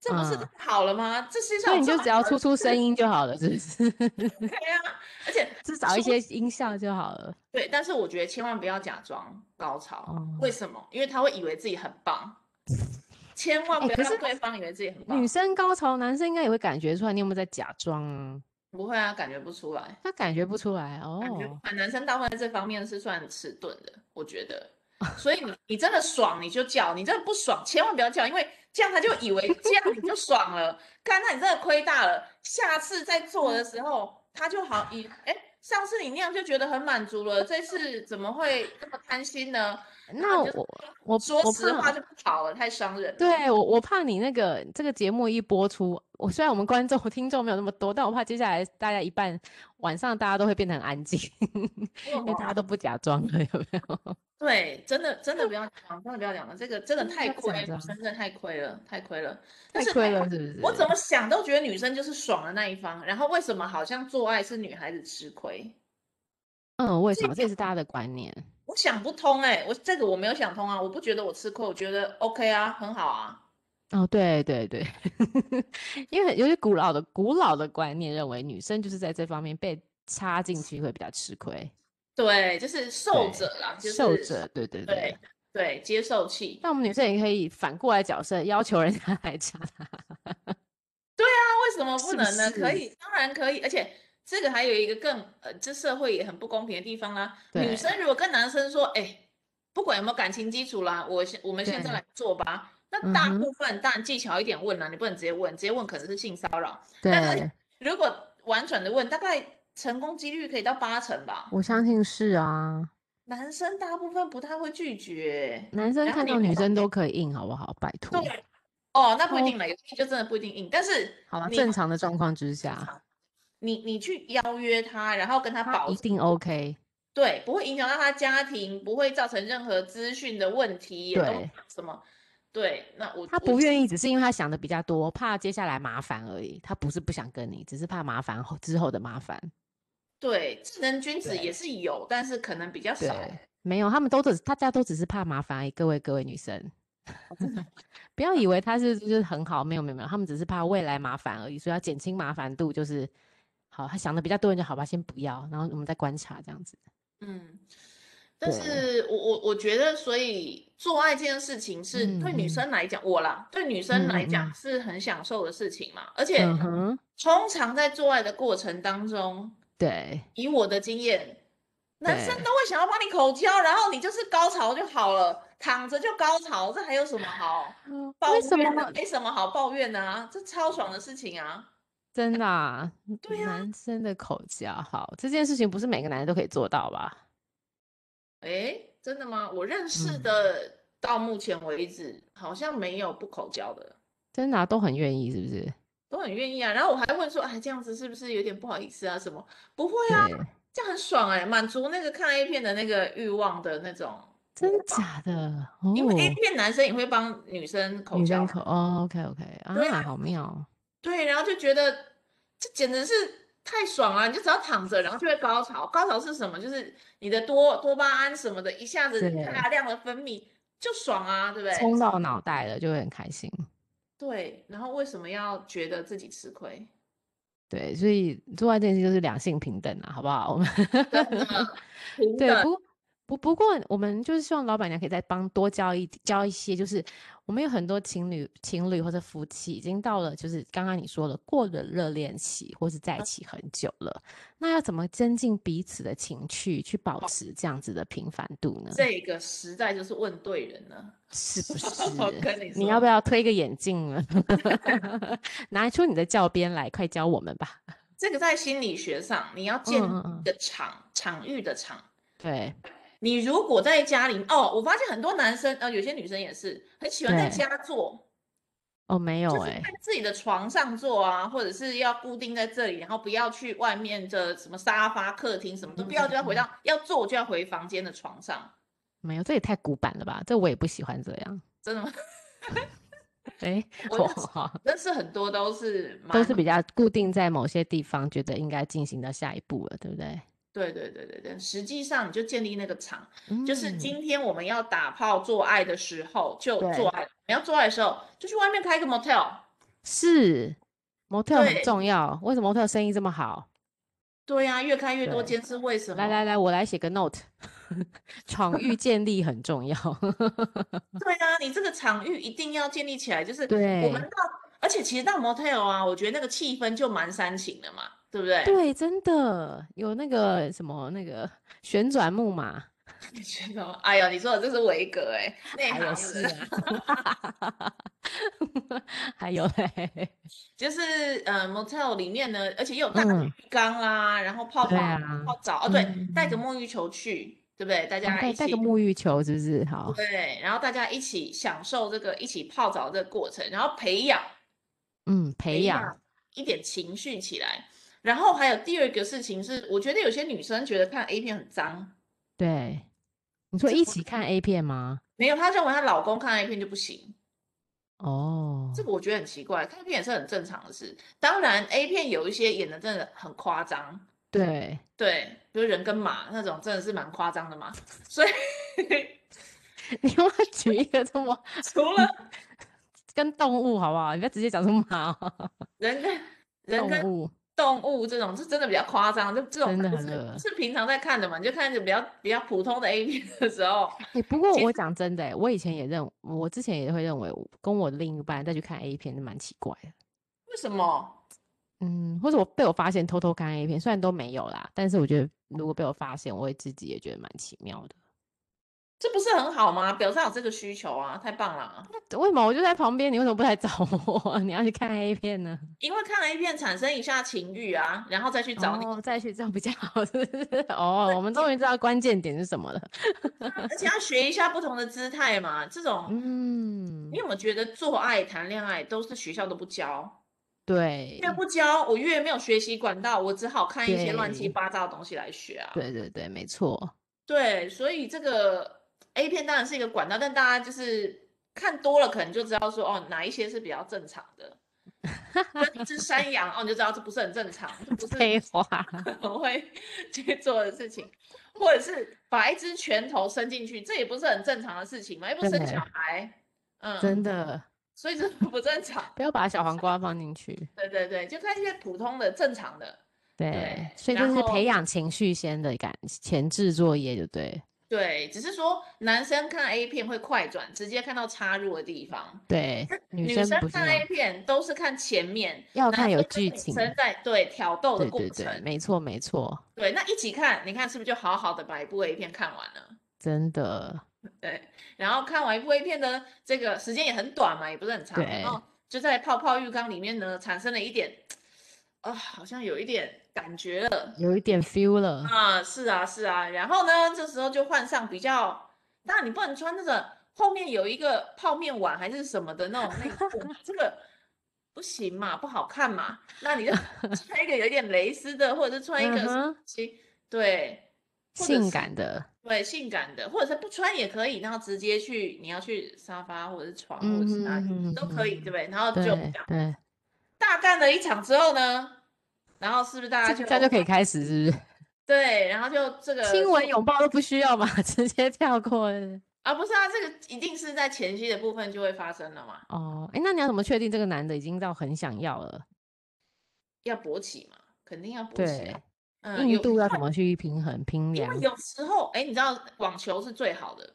Speaker 2: 这不是
Speaker 1: 嗯，
Speaker 2: 太好了吗？这世界
Speaker 1: 所
Speaker 2: 上
Speaker 1: 以
Speaker 2: 有
Speaker 1: 你
Speaker 2: 这
Speaker 1: 就
Speaker 2: 么
Speaker 1: 只要
Speaker 2: 好的
Speaker 1: 出出声音就好了，是不是？ (laughs)
Speaker 2: 事啊？而且
Speaker 1: 至少一
Speaker 2: 出
Speaker 1: 些音效就好了。
Speaker 2: 对，但是我觉得千万不要假装高潮，为
Speaker 1: 哦，
Speaker 2: 什么？因为他会以为自己很棒，
Speaker 1: (laughs)
Speaker 2: 千万
Speaker 1: 哎，
Speaker 2: 不要
Speaker 1: 可是
Speaker 2: 让对方以为自己很
Speaker 1: 女
Speaker 2: 棒。
Speaker 1: 生高潮，男生应该也会感觉出来，你有没有在假装啊？
Speaker 2: 不会啊，感觉不出来，
Speaker 1: 他感觉不出来哦
Speaker 2: 感。觉反男生大部分在这方面是算迟钝的，我觉得。所以你你真的爽你就叫，你真的不爽千万不要叫，因为这样他就
Speaker 1: (laughs)
Speaker 2: 以为这样你就爽了，看那你真的亏大了。下次再做的时候，他就好以哎，上次你那样就觉得很满足了，这次怎么会这么贪心呢？
Speaker 1: 那
Speaker 2: 就是
Speaker 1: 我我
Speaker 2: 说
Speaker 1: 我
Speaker 2: 实
Speaker 1: 怕
Speaker 2: 话就不好了，太伤人了。
Speaker 1: 对我，我怕你那个这个节目一播出，我虽然我们观众 (laughs) 听众没有那么多，但我怕接下来大家一半晚上大家都会变得很安静， (laughs) 因为大家
Speaker 2: 哇
Speaker 1: 都不假装了，有没 (laughs) 有？
Speaker 2: 对，真的真的不要讲，真的不要讲了，这个真的
Speaker 1: 真的
Speaker 2: 太
Speaker 1: 要
Speaker 2: 亏
Speaker 1: 讲
Speaker 2: 了，
Speaker 1: 真
Speaker 2: 真的太亏了，太亏了。但
Speaker 1: 太
Speaker 2: 是
Speaker 1: 亏
Speaker 2: 哎
Speaker 1: 了，是不是？
Speaker 2: 我怎么想都觉得女生就是爽的那一方，然后为什么好像做爱是女孩子吃亏？
Speaker 1: 嗯，为什
Speaker 2: 这
Speaker 1: 么？这也是大家的观念。
Speaker 2: 我想不通哎、我这个我没有想通啊，我不觉得我吃亏，我觉得 OK 啊，很好啊。
Speaker 1: 哦，对对对， (laughs) 因为有些古老的古老的观念认为女生就是在这方面被插进去会比较吃亏，
Speaker 2: 对，就是受
Speaker 1: 对
Speaker 2: 者啦，就是
Speaker 1: 受者，对对
Speaker 2: 对对接受器。
Speaker 1: 那我们女生也可以反过来角色，要求人家来 (laughs) 插她。
Speaker 2: 那为什么不
Speaker 1: 是不
Speaker 2: 能呢？可
Speaker 1: 是
Speaker 2: 以，当然可以，而且这个还有一个更呃，这社会也很不公平的地方啦。
Speaker 1: 对
Speaker 2: 女生如果跟男生说，哎，不管有没有感情基础啦，我现我们现在
Speaker 1: 对
Speaker 2: 来做吧。那
Speaker 1: 嗯
Speaker 2: 大
Speaker 1: 哼
Speaker 2: 部分当然技巧一点问啦，你不能直接问，直接问可能是性骚扰。但
Speaker 1: 对
Speaker 2: 是，如果婉转的问，大概成功几率可以到八成吧。
Speaker 1: 我相信是啊。
Speaker 2: 男生大部分不太会拒绝。
Speaker 1: 男生
Speaker 2: 然后
Speaker 1: 看
Speaker 2: 你
Speaker 1: 到
Speaker 2: 不
Speaker 1: 女
Speaker 2: 懂
Speaker 1: 生都可以硬，好不好？拜托。
Speaker 2: 对，哦，那不一
Speaker 1: 超
Speaker 2: 定了，有些就真的不一定硬。但是
Speaker 1: 好了，
Speaker 2: 你
Speaker 1: 正常的状况之
Speaker 2: 正
Speaker 1: 下，
Speaker 2: 常你你去邀约他，然后跟他
Speaker 1: 他
Speaker 2: 保
Speaker 1: 一
Speaker 2: 持
Speaker 1: 定 OK。
Speaker 2: 对，不会影响到他家庭，不会造成任何资讯的问题，也都
Speaker 1: 对
Speaker 2: 什么对。那我
Speaker 1: 他
Speaker 2: 我
Speaker 1: 不
Speaker 2: 是
Speaker 1: 愿意，只是因为他想的比较多，怕接下来麻烦而已。他不是不想跟你，只是怕麻烦后之后的麻烦。
Speaker 2: 对智能君子
Speaker 1: 对
Speaker 2: 也是有，但是可能比较少。欸
Speaker 1: 对，没有，他们都只大家都只是怕麻烦而已。各位各位女生，
Speaker 2: 哦
Speaker 1: 不要以为他是就是很好，没有没有没有，他们只是怕未来麻烦而已，所以要减轻麻烦度，就是好。他想的比较多，你就好吧，先不要，然后我们再观察这样子。
Speaker 2: 嗯，但
Speaker 1: 对
Speaker 2: 是我我我觉得，所以做爱这件事情是对
Speaker 1: 嗯
Speaker 2: 女
Speaker 1: 嗯
Speaker 2: 生来讲，我啦，对女生来
Speaker 1: 嗯嗯
Speaker 2: 讲
Speaker 1: 嗯
Speaker 2: 是很享受的事情嘛。而且
Speaker 1: 嗯哼，
Speaker 2: 通常在做爱的过程当中，
Speaker 1: 对，
Speaker 2: 以我的经验，男生
Speaker 1: 对
Speaker 2: 都会想要帮你口交，然后你就是高潮就好了，躺着就高潮，这还有什么好抱
Speaker 1: 为什
Speaker 2: 怨
Speaker 1: 么
Speaker 2: 的？没什么好抱怨的啊，这超爽的事情啊。
Speaker 1: 真的、啊，
Speaker 2: (laughs) 对啊
Speaker 1: 男生的口交好这件事情，不是每个男人都可以做到吧？
Speaker 2: 诶，真的吗？我认识
Speaker 1: 嗯
Speaker 2: 的到目前为止，好像没有不口交的。
Speaker 1: 真的、啊、都很愿意，是不是？
Speaker 2: 都很愿意啊。然后我还问说，哎，这样子是不是有点不好意思啊？什么？不会啊，
Speaker 1: 对，
Speaker 2: 这样很爽哎、满足那个看 A 片的那个欲望的那种。
Speaker 1: 真的假的？哦，
Speaker 2: 因为 A 片男生也会帮女生口
Speaker 1: 女
Speaker 2: 交
Speaker 1: 生，口哦，OK OK
Speaker 2: 对
Speaker 1: 啊，好妙，
Speaker 2: 对，然后就觉得这简直是太爽了，你就只要躺着，然后就会高潮。高潮是什么？就是你的多多巴胺什么的，一下子
Speaker 1: 对
Speaker 2: 大量的分泌，就爽啊，对不对？
Speaker 1: 冲到脑袋了就会很开心。
Speaker 2: 对，然后为什么要觉得自己吃亏？
Speaker 1: 对，所以做爱这件事就是两性平等啊，好不好？ (laughs) 我们
Speaker 2: 真的，平
Speaker 1: 对，
Speaker 2: 等
Speaker 1: 不不不过，我们就是希望老板娘可以再帮多教一教一些，就是我们有很多情侣、情侣或者夫妻已经到了，就是刚刚你说的过了热恋期，或是在一
Speaker 2: 嗯
Speaker 1: 起很久了，那要怎么增进彼此的情趣，去保持这样子的频繁度呢？
Speaker 2: 这个时代就是问对人了。
Speaker 1: (laughs) 是不是？
Speaker 2: 我跟你
Speaker 1: 你要
Speaker 2: 说
Speaker 1: 不要推个眼镜了？ (laughs) 拿出你的教鞭来，快教我们吧。
Speaker 2: 这个在心理学上，你要建立
Speaker 1: 嗯嗯
Speaker 2: 一个场场域的场。
Speaker 1: 对，
Speaker 2: 你如果在家里哦，我发现很多男生，呃，有些女生也是很喜欢在
Speaker 1: 对
Speaker 2: 家做，
Speaker 1: 哦，没有
Speaker 2: 就是
Speaker 1: 哎、
Speaker 2: 在自己的床上做啊，或者是要固定在这里，然后不要去外面的什么沙发、客厅什么都不要，就要回
Speaker 1: 嗯
Speaker 2: 到要做就要回房间的床上，
Speaker 1: 没有，这也太古板了吧？这我也不喜欢这样。
Speaker 2: 真的吗？ (laughs)
Speaker 1: 哎，
Speaker 2: 我
Speaker 1: 我
Speaker 2: 认识但是很多都是
Speaker 1: 都
Speaker 2: 蛮
Speaker 1: 是比较固定在某些地方，觉得应该进行到下一步了，对不对？
Speaker 2: 对对对对对，实际上你就建立那个场。就是
Speaker 1: 嗯
Speaker 2: 今天我们要打炮做爱的时候就
Speaker 1: 对
Speaker 2: 做爱，我们要做爱的时候就去外面开个 motel。
Speaker 1: 是 motel 很
Speaker 2: 对
Speaker 1: 重要，为什么 motel 生意这么好？
Speaker 2: 对呀、越开越多
Speaker 1: 对
Speaker 2: 间是为什么？
Speaker 1: 来来来，我来写个 note，场域建立很重要。
Speaker 2: 对呀、你这个场域一定要建立起来，就是我
Speaker 1: 对
Speaker 2: 们到，而且其实到 motel 啊，我觉得那个气氛就蛮煽情的嘛。对不对？
Speaker 1: (laughs) 对，真的有那个什么那个旋转木马，
Speaker 2: 你觉得吗？哎呀，你说 (laughs) 的这是维格哎、内
Speaker 1: 还有
Speaker 2: 行
Speaker 1: 是
Speaker 2: 人
Speaker 1: 啊， (laughs) 还有嘞，
Speaker 2: 就是呃 motel 里面呢，而且也有
Speaker 1: (laughs)
Speaker 2: 大
Speaker 1: 嗯
Speaker 2: 浴缸啊，然后泡泡
Speaker 1: 对啊
Speaker 2: 泡澡哦，对，带个
Speaker 1: 嗯
Speaker 2: 沐浴球去，对不对？大
Speaker 1: 啊
Speaker 2: 家
Speaker 1: 带
Speaker 2: 一
Speaker 1: 带
Speaker 2: 起
Speaker 1: 个沐浴球是不是？好，
Speaker 2: 对，然后大家一起享受这个一起泡澡这个过程，然后培养
Speaker 1: 嗯，培养，
Speaker 2: 一点情绪起来。然后还有第二个事情是，我觉得有些女生觉得看 A 片很脏，
Speaker 1: 对，你说
Speaker 2: 这
Speaker 1: 一
Speaker 2: 我
Speaker 1: 起看 A 片吗？
Speaker 2: 没有，她认为她老公看 A 片就不行，
Speaker 1: 哦，
Speaker 2: 这个我觉得很奇怪，看 A 片也是很正常的事。当然，A 片有一些演的真的很夸张，
Speaker 1: 对， (laughs)
Speaker 2: 对，比如人跟马那种，真的是蛮夸张的嘛。所以 (laughs)
Speaker 1: 你要不要举一个这么 (laughs)
Speaker 2: 除了
Speaker 1: 跟动物好不好？你不要直接讲出马 (laughs) 哦，
Speaker 2: 人跟人
Speaker 1: 动
Speaker 2: 跟
Speaker 1: 物，
Speaker 2: 动物这种是真的比较夸张，就这种
Speaker 1: 真的
Speaker 2: 就
Speaker 1: 很
Speaker 2: 是
Speaker 1: 恶
Speaker 2: 是平常在看的嘛，你就看着比较比较普通的 A 片的时候，
Speaker 1: 哎、不过
Speaker 2: 其
Speaker 1: 我讲真的、欸，我以前也认，我之前也会认为我跟我的另一半再去看 A 片是蛮奇怪的。
Speaker 2: 为什么？
Speaker 1: 嗯，或者我被我发现偷偷看 A 片，虽然都没有啦，但是我觉得如果被我发现，我会自己也觉得蛮奇妙的。
Speaker 2: 这不是很好吗？表示他有这个需求啊，太棒了啊！
Speaker 1: 为什么我就在旁边？你为什么不来找我？ (laughs) 你要去看 A 片呢？
Speaker 2: 因为看 A 片产生一下情欲啊，然后再去找你，
Speaker 1: 哦，再去这样比较好，是不是？ (laughs) 哦，我们终于知道关键点是什么了。
Speaker 2: 而且要学一下不同的姿态嘛。这种
Speaker 1: 嗯
Speaker 2: 你，有没有觉得做爱、谈恋爱都是学校都不教？
Speaker 1: 对，
Speaker 2: 越不教，我越没有学习管道，我只好看一些乱七
Speaker 1: 对
Speaker 2: 八糟的东西来学啊。
Speaker 1: 对对对，没错。
Speaker 2: 对，所以这个 A 片当然是一个管道，但大家就是看多了，可能就知道说哦，哪一些是比较正常的。跟一只山羊哦，你就知道这不是很正常，这不是
Speaker 1: 废话，
Speaker 2: 我会 (laughs) 去做的事情，或者是把一只拳头伸进去，这也不是很正常的事情嘛，又不是生小
Speaker 1: 对
Speaker 2: 孩，嗯，
Speaker 1: 欸真，的
Speaker 2: 所以这不正常。
Speaker 1: 不要把小黄瓜放进去。
Speaker 2: 对对对，就看一些普通的、正常的，
Speaker 1: 对
Speaker 2: 对，
Speaker 1: 所以
Speaker 2: 然
Speaker 1: 就是培
Speaker 2: 后
Speaker 1: 养情绪先的感前置作业，就对
Speaker 2: 对，只是说男生看 A 片会快转，直接看到插入的地方，
Speaker 1: 对。女
Speaker 2: 女
Speaker 1: 生
Speaker 2: 生
Speaker 1: 不是
Speaker 2: 看
Speaker 1: 吗？
Speaker 2: A 片都是看前面，
Speaker 1: 要
Speaker 2: 男
Speaker 1: 看有
Speaker 2: 生跟
Speaker 1: 剧
Speaker 2: 女
Speaker 1: 情，
Speaker 2: 生在对挑逗的
Speaker 1: 对
Speaker 2: 过
Speaker 1: 对
Speaker 2: 程
Speaker 1: 对，，没错没错，
Speaker 2: 对，那一起看，你看是不是就好好的把一部 A 片看完了？
Speaker 1: 真的
Speaker 2: 对，然后看完一部 A 片呢，这个时间也很短嘛，也不是很长，
Speaker 1: 对
Speaker 2: 然后就在泡泡浴缸里面呢，产生了一点，啊、好像有一点感觉了
Speaker 1: 有一点 feel 了。
Speaker 2: 呃啊，是啊，是啊，然后呢，这时候就换上比较，当然你不能穿那个后面有一个泡面碗还是什么的那种内裤，这个不行嘛，不好看嘛，那你就穿一个有点蕾丝的，或者是穿一个什么
Speaker 1: 嗯哼
Speaker 2: 东西，对，或者
Speaker 1: 性
Speaker 2: 是
Speaker 1: 感的，
Speaker 2: 对，性感的，或者是不穿也可以，然后直接去你要去沙发或者是床或者是哪里、
Speaker 1: 嗯
Speaker 2: 都可以，对不对？然后就
Speaker 1: 对
Speaker 2: 这样
Speaker 1: 对，
Speaker 2: 大干了一场之后呢，然后是不是大家
Speaker 1: 这
Speaker 2: 就
Speaker 1: 这样就可以开始，是不
Speaker 2: 对，然后就这个
Speaker 1: 是？亲吻拥抱都不需要嘛， (laughs) 直接跳过
Speaker 2: 啊，不是啊，这个一定是在前期的部分就会发生了嘛，
Speaker 1: 哦。哎，那你要怎么确定这个男的已经到很想要了？
Speaker 2: 要勃起嘛，肯定要勃起
Speaker 1: 对
Speaker 2: 啊。，嗯，
Speaker 1: 硬
Speaker 2: 有
Speaker 1: 度要怎么去平衡平
Speaker 2: 因
Speaker 1: 量
Speaker 2: 为？有时候哎，你知道网球是最好的，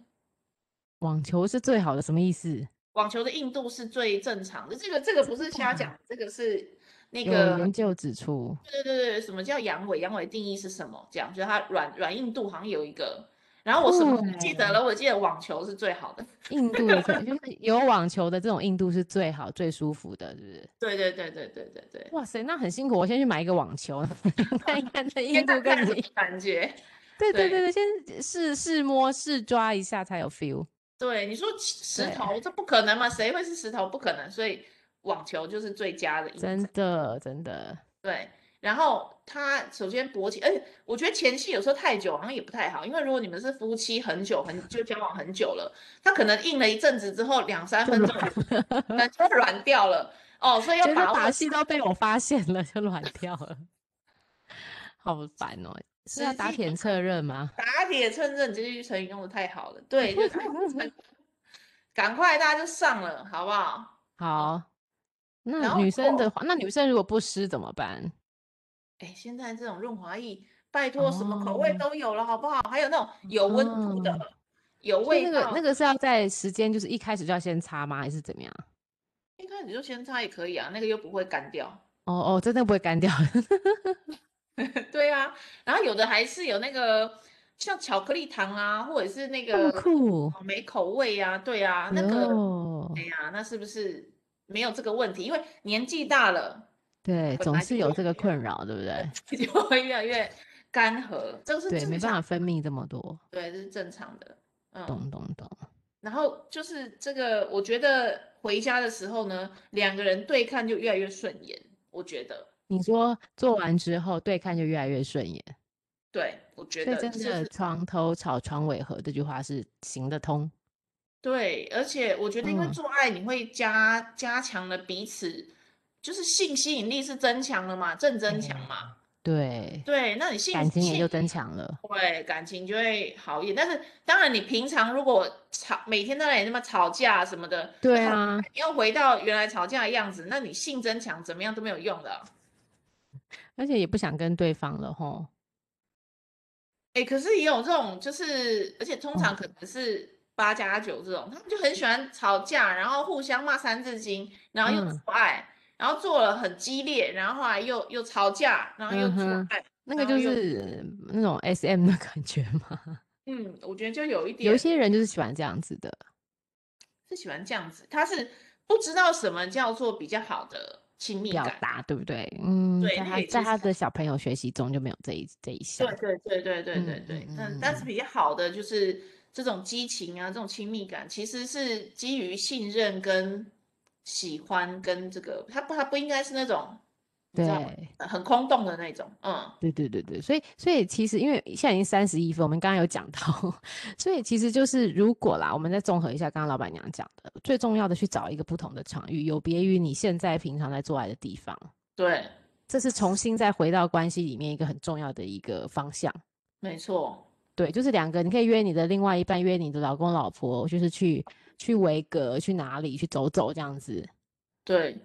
Speaker 1: 网球是最好的，什么意思？
Speaker 2: 网球的硬度是最正常的，这个这个不是瞎
Speaker 1: 啊 (laughs)
Speaker 2: 讲，这个是那
Speaker 1: 有
Speaker 2: 个
Speaker 1: 研究指出，
Speaker 2: 对对对，什么叫阳痿？阳痿定义是什么？这样，就是它软软硬度好像有一个。然后我什么都不记得
Speaker 1: 对
Speaker 2: 了？我记得网球是最好的。
Speaker 1: 硬度的最 (laughs) 就是有网球的这种硬度是最好最舒服的，是不是？
Speaker 2: 对对对对对对对。
Speaker 1: 哇塞，那很辛苦，我先去买一个网球， (laughs) 看一看这
Speaker 2: 因为
Speaker 1: 硬
Speaker 2: 大
Speaker 1: 度
Speaker 2: 概
Speaker 1: 跟
Speaker 2: 什
Speaker 1: 你
Speaker 2: 么。 (laughs) 感觉？
Speaker 1: 对对对
Speaker 2: 对
Speaker 1: 对，先试试摸试抓一下才有 feel。
Speaker 2: 对，你说石
Speaker 1: 对
Speaker 2: 头这不可能嘛？谁会是石头？不可能，所以网球就是最佳的硬
Speaker 1: 真
Speaker 2: 度。
Speaker 1: 的真的，
Speaker 2: 对，然后它首先勃起，而且我觉得前戏有时候太久好像也不太好，因为如果你们是夫妻很久很就交往很久了，他可能硬了一阵子之后两三
Speaker 1: 就
Speaker 2: 分钟，可能就软掉了哦，所以要
Speaker 1: 觉得
Speaker 2: 把握
Speaker 1: 把戏都被我发现了，就软掉了， (laughs) 好烦哦！是要
Speaker 2: 实
Speaker 1: 打
Speaker 2: 际
Speaker 1: 铁趁热吗？
Speaker 2: 打铁趁热，你这句成语用的太好了。
Speaker 1: (laughs)
Speaker 2: 对，就是打铁趁热赶快大家就上了，好不好？
Speaker 1: 好，那
Speaker 2: 然后
Speaker 1: 女生的
Speaker 2: 后
Speaker 1: 话，那女生如果不湿怎么办？
Speaker 2: 哎，现在这种润滑液，拜托什么口味
Speaker 1: 哦
Speaker 2: 都有了，好不好？还有那种有温度的
Speaker 1: 哦，
Speaker 2: 有
Speaker 1: 所以
Speaker 2: 味
Speaker 1: 那
Speaker 2: 道
Speaker 1: 个那，个是要在时间就是一开始就要先擦吗？还是怎么样？
Speaker 2: 一开始就先擦也可以啊，那个又不会干掉。 (laughs)
Speaker 1: 哦哦，真的不会干掉。
Speaker 2: 对啊，然后有的还是有那个像巧克力糖啊，或者是那
Speaker 1: 这么
Speaker 2: 个
Speaker 1: 酷，哦
Speaker 2: 草莓口味啊，对啊，那个
Speaker 1: 哟，
Speaker 2: 哎呀，那是不是没有这个问题？因为年纪大了， (laughs)
Speaker 1: 对，
Speaker 2: 本
Speaker 1: 总
Speaker 2: 来
Speaker 1: 是
Speaker 2: 就
Speaker 1: 有
Speaker 2: 会
Speaker 1: 这个困扰，对不对？
Speaker 2: 就会越来越干涸，这个是
Speaker 1: 对，没
Speaker 2: 正
Speaker 1: 办
Speaker 2: 常
Speaker 1: 法分泌这么多，
Speaker 2: 对，这是正常的。嗯，
Speaker 1: 懂懂懂。
Speaker 2: 然后就是这个，我觉得回家的时候呢，两个人对看就越来越顺眼，我觉得，
Speaker 1: 你说做完之后对看就越来越顺眼，
Speaker 2: 对，我觉
Speaker 1: 所以
Speaker 2: 得
Speaker 1: 真
Speaker 2: 这
Speaker 1: 的
Speaker 2: 是
Speaker 1: 床头吵床尾和这句话是行得通。
Speaker 2: 对，而且我觉得因为
Speaker 1: 嗯
Speaker 2: 做爱，你会加加强了彼此，就是性吸引力是增强了嘛，正增强嘛，
Speaker 1: 对，
Speaker 2: 对，那你性
Speaker 1: 嗯感情也
Speaker 2: 性
Speaker 1: 就增强了。
Speaker 2: 对，感情就会好一点。但是当然，你平常如果吵，每天在那里那么吵架什么的，
Speaker 1: 对
Speaker 2: (laughs) 那很
Speaker 1: 啊，
Speaker 2: 你要回到原来吵架的样子，那你性增强怎么样都没有用的啊。
Speaker 1: 而且也不想跟对方了吼。
Speaker 2: 哎，可是也有这种，就是而且通
Speaker 1: 嗯
Speaker 2: 常可能是八加九这种，他们就很喜欢吵架，然后互相骂三字经，然后又
Speaker 1: 嗯
Speaker 2: 做爱，然后做了很激烈，然后后来又又吵架，然后又
Speaker 1: 嗯
Speaker 2: 做
Speaker 1: 哼，
Speaker 2: 爱。
Speaker 1: 那个
Speaker 2: 然后
Speaker 1: 就
Speaker 2: 又
Speaker 1: 是那种 SM 的感觉嘛。
Speaker 2: 嗯，我觉得就有一
Speaker 1: 有一
Speaker 2: 点
Speaker 1: 些人就是喜欢这样子的。
Speaker 2: 是喜欢这样子，他是不知道什么叫做比较好的亲密
Speaker 1: 表
Speaker 2: 感。
Speaker 1: 达，对不对？嗯，
Speaker 2: 对
Speaker 1: 在
Speaker 2: 那
Speaker 1: 他
Speaker 2: 也
Speaker 1: 在
Speaker 2: 其
Speaker 1: 他
Speaker 2: 实
Speaker 1: 的小朋友学习中就没有这一这一项
Speaker 2: 对。对对对对对
Speaker 1: 嗯
Speaker 2: 对，
Speaker 1: 嗯
Speaker 2: 但
Speaker 1: 嗯
Speaker 2: 但是
Speaker 1: 嗯，
Speaker 2: 比较好的就是这种激情啊，这种亲密感，其实是基于信任跟喜欢跟这个，它不它不应该是那种你知道吗？
Speaker 1: 对
Speaker 2: 呃很空洞的那种，嗯，
Speaker 1: 对对对对，所以所以其实因为现在已经三十一分，我们刚刚有讲到， (laughs) 所以其实就是如果啦，我们再综合一下刚刚老板娘讲的，最重要的去找一个不同的场域，有别于你现在平常在做爱的地方，
Speaker 2: 对，
Speaker 1: 这是重新再回到关系里面一个很重要的一个方向。
Speaker 2: 没错，
Speaker 1: 对，就是两个，你可以约你的另外一半，约你的老公老婆，就是去去维格，去哪里去走走这样子。
Speaker 2: 对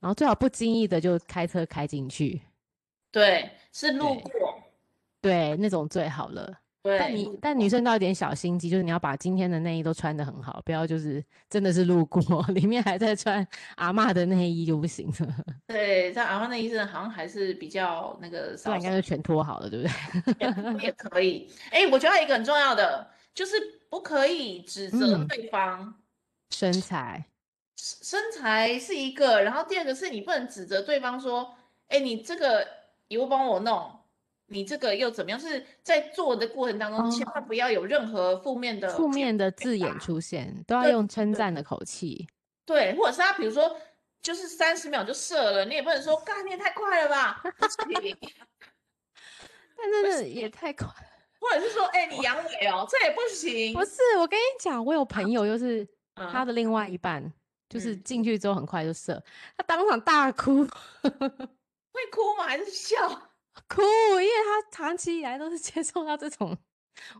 Speaker 1: 然后最好不经意的就开车开进去，
Speaker 2: 对，是路
Speaker 1: 对
Speaker 2: 过，
Speaker 1: 对，那种最好了。但
Speaker 2: 对
Speaker 1: 你
Speaker 2: 路
Speaker 1: 但女
Speaker 2: 过，
Speaker 1: 生都要有点小心机，就是你要把今天的内衣都穿得很好，不要就是真的是路过， (laughs) 里面还在穿阿嬷的内衣就不行了，
Speaker 2: 对，但阿妈那医生好像还是比较那个
Speaker 1: 不然
Speaker 2: 少
Speaker 1: 应
Speaker 2: 数
Speaker 1: 该就全脱好了，对不 (laughs) 对？
Speaker 2: 也也可以，哎，我觉得还有一个很重要的就是不可以指责
Speaker 1: 嗯，
Speaker 2: 对方。
Speaker 1: 身材，
Speaker 2: 身材是一个，然后第二个是你不能指责对方说，哎，你这个也不帮我弄，你这个又怎么样？是在做的过程当中，千
Speaker 1: 哦，
Speaker 2: 万不要有任何负面的
Speaker 1: 负面的
Speaker 2: 表
Speaker 1: 字眼
Speaker 2: 达，
Speaker 1: 出现，都要
Speaker 2: 对
Speaker 1: 用称
Speaker 2: 对
Speaker 1: 赞的口气。
Speaker 2: 对，或者是他比如说就是三十秒就射了，你也不能说，干，你也太快了吧，不行，
Speaker 1: 但
Speaker 2: 不
Speaker 1: 真
Speaker 2: 行，
Speaker 1: 的也太快，
Speaker 2: 或者是说，哎，你
Speaker 1: 我
Speaker 2: 阳痿哦，这也不
Speaker 1: (laughs) 不
Speaker 2: 行，
Speaker 1: 是，我跟你讲，我有朋友就是他
Speaker 2: 嗯
Speaker 1: 的另外一半，就是
Speaker 2: 嗯，
Speaker 1: 进去之后很快就射，他当场大哭。
Speaker 2: 会哭吗？还是笑？
Speaker 1: 哭，因为他长期以来都是接受到这种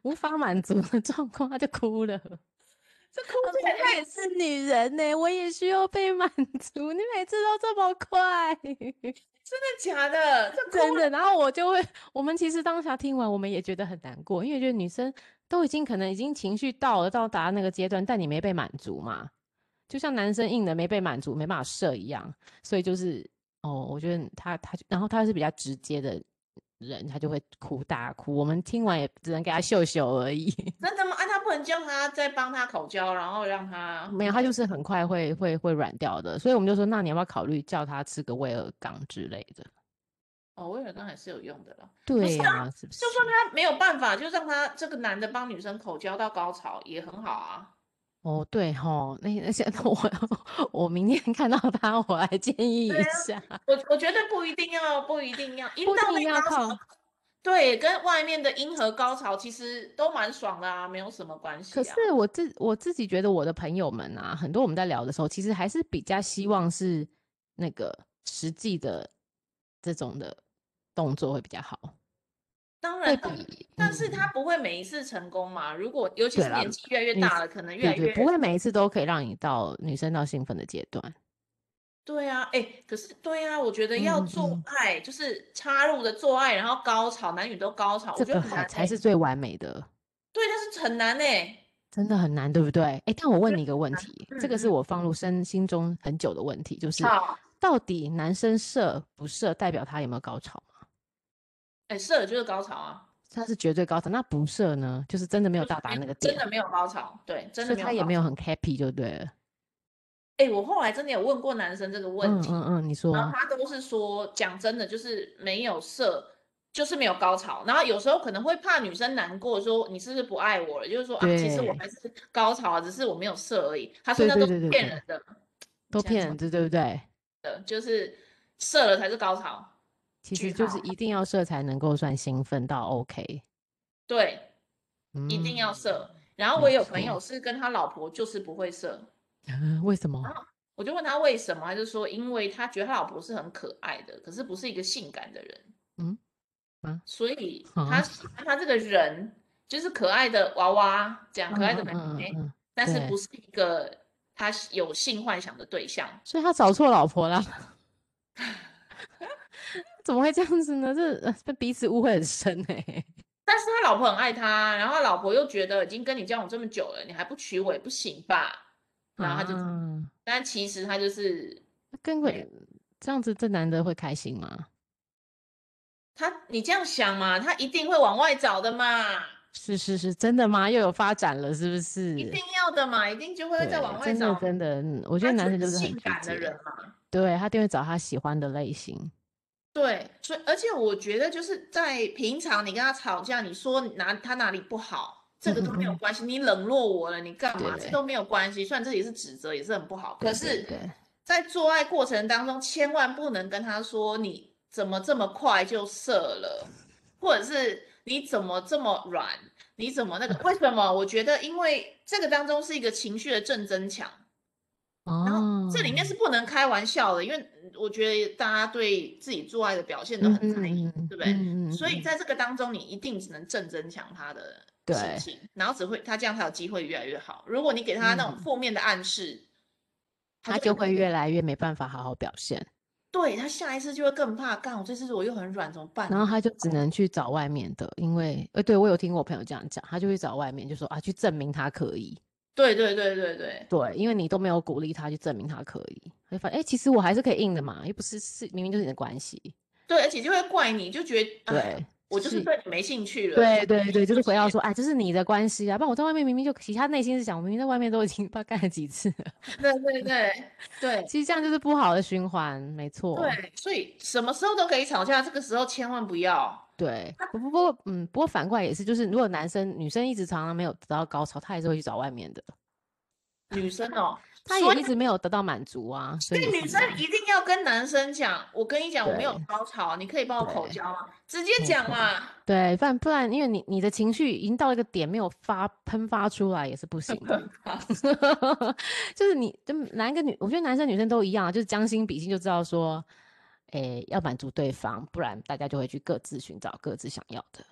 Speaker 1: 无法满足的状况，他就哭了。
Speaker 2: 这哭
Speaker 1: 啊，
Speaker 2: 这
Speaker 1: 我
Speaker 2: 也太
Speaker 1: 也是女人呢、我也需要被满足。你每次都这么快，
Speaker 2: 真的假的？这哭
Speaker 1: 真的。
Speaker 2: 了，
Speaker 1: 然后我就会，我们其实当下听完，我们也觉得很难过，因为觉得女生都已经可能已经情绪到了到达那个阶段，但你没被满足嘛，就像男生硬的没被满足，没办法射一样。所以就是，哦，我觉得他他，然后他是比较直接的人，他就会哭大哭。我们听完也只能给他秀秀而已。
Speaker 2: 真的吗？啊，他不能叫他再帮他口交，然后让他
Speaker 1: 没有，他就是很快会会会软掉的，所以我们就说，那你要不要考虑叫他吃个威尔刚之类的？
Speaker 2: 哦，威尔刚还是有用的啦。不
Speaker 1: 对
Speaker 2: 是啊，
Speaker 1: 呀、是不
Speaker 2: 就算
Speaker 1: 是？
Speaker 2: 他没有办法，就让他这个男的帮女生口交到高潮也很好啊。
Speaker 1: 哦，对吼，那那些 (laughs) 我我明天看到他，我来建议
Speaker 2: 对
Speaker 1: 一
Speaker 2: 啊，
Speaker 1: 下，
Speaker 2: 我我觉得不一定要，不一定要，阴
Speaker 1: 不一
Speaker 2: 道
Speaker 1: 定
Speaker 2: 内
Speaker 1: 要
Speaker 2: 高潮，
Speaker 1: 靠。
Speaker 2: 对，跟外面的阴核高潮其实都蛮爽的啊，没有什么关
Speaker 1: (laughs) 可
Speaker 2: 系
Speaker 1: 是
Speaker 2: 啊。
Speaker 1: 我自我自己觉得，我的朋友们啊，很多我们在聊的时候，其实还是比较希望是那个实际的这种的动作会比较
Speaker 2: (laughs)
Speaker 1: 好，
Speaker 2: 当
Speaker 1: 会
Speaker 2: 然，但
Speaker 1: 比
Speaker 2: 但是他
Speaker 1: 嗯，
Speaker 2: 不会每一次成功嘛。如果尤其
Speaker 1: 对
Speaker 2: 是
Speaker 1: 啦，
Speaker 2: 年纪越来越
Speaker 1: 女
Speaker 2: 大
Speaker 1: 生，
Speaker 2: 了，可能越
Speaker 1: 对
Speaker 2: 来
Speaker 1: 对，
Speaker 2: 越
Speaker 1: 不会每一次都可以让你到女生到兴奋的阶段，
Speaker 2: 对啊，哎，可是对啊，我觉得要
Speaker 1: 嗯
Speaker 2: 做
Speaker 1: 嗯，
Speaker 2: 爱，就是插入的做爱，然后高潮，男女都高潮，我
Speaker 1: 这
Speaker 2: 觉得
Speaker 1: 个
Speaker 2: 很
Speaker 1: 好
Speaker 2: 难
Speaker 1: 才
Speaker 2: 哎。
Speaker 1: 是最完美的，
Speaker 2: 对，但是很难哎，
Speaker 1: 真的很难，对不对？哎，但我
Speaker 2: 我觉
Speaker 1: 问
Speaker 2: 得
Speaker 1: 你一个问
Speaker 2: 很难。
Speaker 1: 题，这
Speaker 2: 啊嗯
Speaker 1: 个是
Speaker 2: 嗯，
Speaker 1: 我放入身心中很久的问题，就是
Speaker 2: 好，
Speaker 1: 到底男生射不射代表他有没有高潮吗？
Speaker 2: 哎，射了就是高潮啊，
Speaker 1: 他是绝对高潮，那不射呢，就是真的没有
Speaker 2: 就是
Speaker 1: 到达
Speaker 2: 没
Speaker 1: 那个
Speaker 2: 真
Speaker 1: 点，
Speaker 2: 的没有高潮，对，真
Speaker 1: 所
Speaker 2: 的
Speaker 1: 以
Speaker 2: 没有。
Speaker 1: 他也没。有很 happy 就对了。
Speaker 2: 哎，我后来真的有问过男生这个问
Speaker 1: 嗯
Speaker 2: 题，
Speaker 1: 嗯嗯，你说
Speaker 2: 然后他都是说，讲真的，就是没有射，就是没有高潮。然后有时候可能会怕女生难过，说你是不是不爱我了？就是说啊，其实我
Speaker 1: 对
Speaker 2: 还是高潮啊，只是我没有射而已。他说
Speaker 1: 对
Speaker 2: 那
Speaker 1: 对
Speaker 2: 都
Speaker 1: 对
Speaker 2: 是
Speaker 1: 对
Speaker 2: 骗
Speaker 1: 对
Speaker 2: 人的，
Speaker 1: 都
Speaker 2: 现在
Speaker 1: 骗人
Speaker 2: 怎么
Speaker 1: 的，对不对？
Speaker 2: 的，就是射了才是高潮。
Speaker 1: 其
Speaker 2: 句
Speaker 1: 实就是
Speaker 2: 号
Speaker 1: 一定要射才能够算兴奋到 OK，
Speaker 2: 对，
Speaker 1: 嗯，
Speaker 2: 一定要射。然后
Speaker 1: 没
Speaker 2: 我有
Speaker 1: 错
Speaker 2: 朋友是跟他老婆就是不会射，
Speaker 1: (laughs) 为什么？
Speaker 2: 我就问他为什么，他就说因为他觉得他老婆是很可爱的，可是不是一个性感的人。
Speaker 1: 嗯，啊
Speaker 2: 所以
Speaker 1: 啊
Speaker 2: 他喜欢他这个人就是可爱的娃娃，这样可爱的
Speaker 1: 嗯
Speaker 2: 妹
Speaker 1: 嗯嗯
Speaker 2: 妹，
Speaker 1: 嗯，
Speaker 2: 但是
Speaker 1: 对
Speaker 2: 不是一个他喜有性幻想的对象。
Speaker 1: 所以他找错老婆啦。 (laughs) 怎么会这样子呢？这呃被彼此误会很深哎、
Speaker 2: 但是他老婆很爱他，然后他老婆又觉得已经跟你交往这么久了，你还不娶我也不行吧？然后他就，
Speaker 1: 啊，
Speaker 2: 但其实他就是
Speaker 1: 那跟
Speaker 2: 没有
Speaker 1: 鬼这样子，这男的会开心吗？
Speaker 2: 他，你这样想嘛，他一定会往外找的嘛，
Speaker 1: 是是是，真的吗？又有发展了，是不是？
Speaker 2: 一定要的嘛，一定就会再
Speaker 1: 对
Speaker 2: 往外
Speaker 1: 真的
Speaker 2: 找嘛。
Speaker 1: 真的，嗯我觉得
Speaker 2: 他
Speaker 1: 男
Speaker 2: 就
Speaker 1: 生就是是很
Speaker 2: 性
Speaker 1: 直
Speaker 2: 感
Speaker 1: 接
Speaker 2: 的人嘛，
Speaker 1: 对他一定会找他喜欢的类型。
Speaker 2: 对，所以而且我觉得就是在平常你跟他吵架，你说哪他哪里不好，这
Speaker 1: 嗯
Speaker 2: 个
Speaker 1: 嗯 (laughs)
Speaker 2: 都没有
Speaker 1: 嗯
Speaker 2: 关系，你冷落我了，你干嘛，这
Speaker 1: 对
Speaker 2: 都没有关系。虽然这也是指责，也是很不好，
Speaker 1: 对
Speaker 2: 可
Speaker 1: 对
Speaker 2: 是，
Speaker 1: 对，
Speaker 2: 在做爱过程当中，千万不能跟他说你怎么这么快就射了，或者是你怎么这么软，你怎么那个？为什么？我觉得因为这个当中是一个情绪的正增强。然后
Speaker 1: 哦，
Speaker 2: 这里面是不能开玩笑的，因为嗯我觉得大家对自己做爱的表现都
Speaker 1: 嗯
Speaker 2: 很
Speaker 1: 嗯
Speaker 2: 在意，
Speaker 1: 嗯嗯
Speaker 2: 对不对？
Speaker 1: 嗯嗯
Speaker 2: 所以
Speaker 1: 嗯
Speaker 2: 在这个当中，你一定只能正增强他的心
Speaker 1: 对，
Speaker 2: 情，然后只会他这样才有机会越来越好。如果你给他那种
Speaker 1: 嗯
Speaker 2: 负面的暗示，他
Speaker 1: 他
Speaker 2: 就
Speaker 1: 就
Speaker 2: 可能
Speaker 1: 会越来越没办法好好表现，
Speaker 2: 对他下一次就会更怕，干我这次我又很软，怎么办？
Speaker 1: 然后他就只能去找外面的，因为呃，对我有听过我朋友这样讲，他就会找外面，就说啊，去证明他可以。
Speaker 2: 对对对对对
Speaker 1: 对，因为你都没有鼓励他去证明他可以，他就发现哎、诶其实我还是可以硬的嘛，又不是是明明就是你的关系。
Speaker 2: 对，而且就会怪你，就觉得哎
Speaker 1: 对，
Speaker 2: 我就是
Speaker 1: 是
Speaker 2: 对你没兴趣了，
Speaker 1: 对
Speaker 2: 就
Speaker 1: 对对，就是
Speaker 2: 不
Speaker 1: 回到
Speaker 2: 行
Speaker 1: 说，哎，这是你的关系啊，不然我在外面明明就，其实他内心是想，我明明在外面都已经不知 (laughs) 道干了几次了，
Speaker 2: 对对对对。
Speaker 1: 其实这样就是不好的循环，没错，
Speaker 2: 对，所以什么时候都可以吵架，这个时候千万不要。
Speaker 1: 对。不不过，嗯，不过反过来也是，就是如果男生女生一直常常没有得到高潮，他还是会去找外面的，
Speaker 2: 女生
Speaker 1: (laughs)
Speaker 2: 哦，
Speaker 1: 他
Speaker 2: 所
Speaker 1: 也
Speaker 2: 以
Speaker 1: 一直没有得到满足啊，所
Speaker 2: 所
Speaker 1: 以
Speaker 2: 以
Speaker 1: 也
Speaker 2: 女
Speaker 1: 是一
Speaker 2: 生
Speaker 1: 样，
Speaker 2: 一定要跟男生讲，我跟你讲，我没有
Speaker 1: 对
Speaker 2: 高潮，你可以帮我口
Speaker 1: 对
Speaker 2: 交吗？直接
Speaker 1: 没
Speaker 2: 讲
Speaker 1: 错
Speaker 2: 嘛。
Speaker 1: 对，不然不然，因为你你的情绪已经到一个点，没有发喷发出来也是不行
Speaker 2: (laughs)
Speaker 1: 的。就是你，就男跟女，我觉得男生女生都一样啊，就是将心比心，就知道说，诶，要满足对方，不然大家就会去各自寻找各自想要的。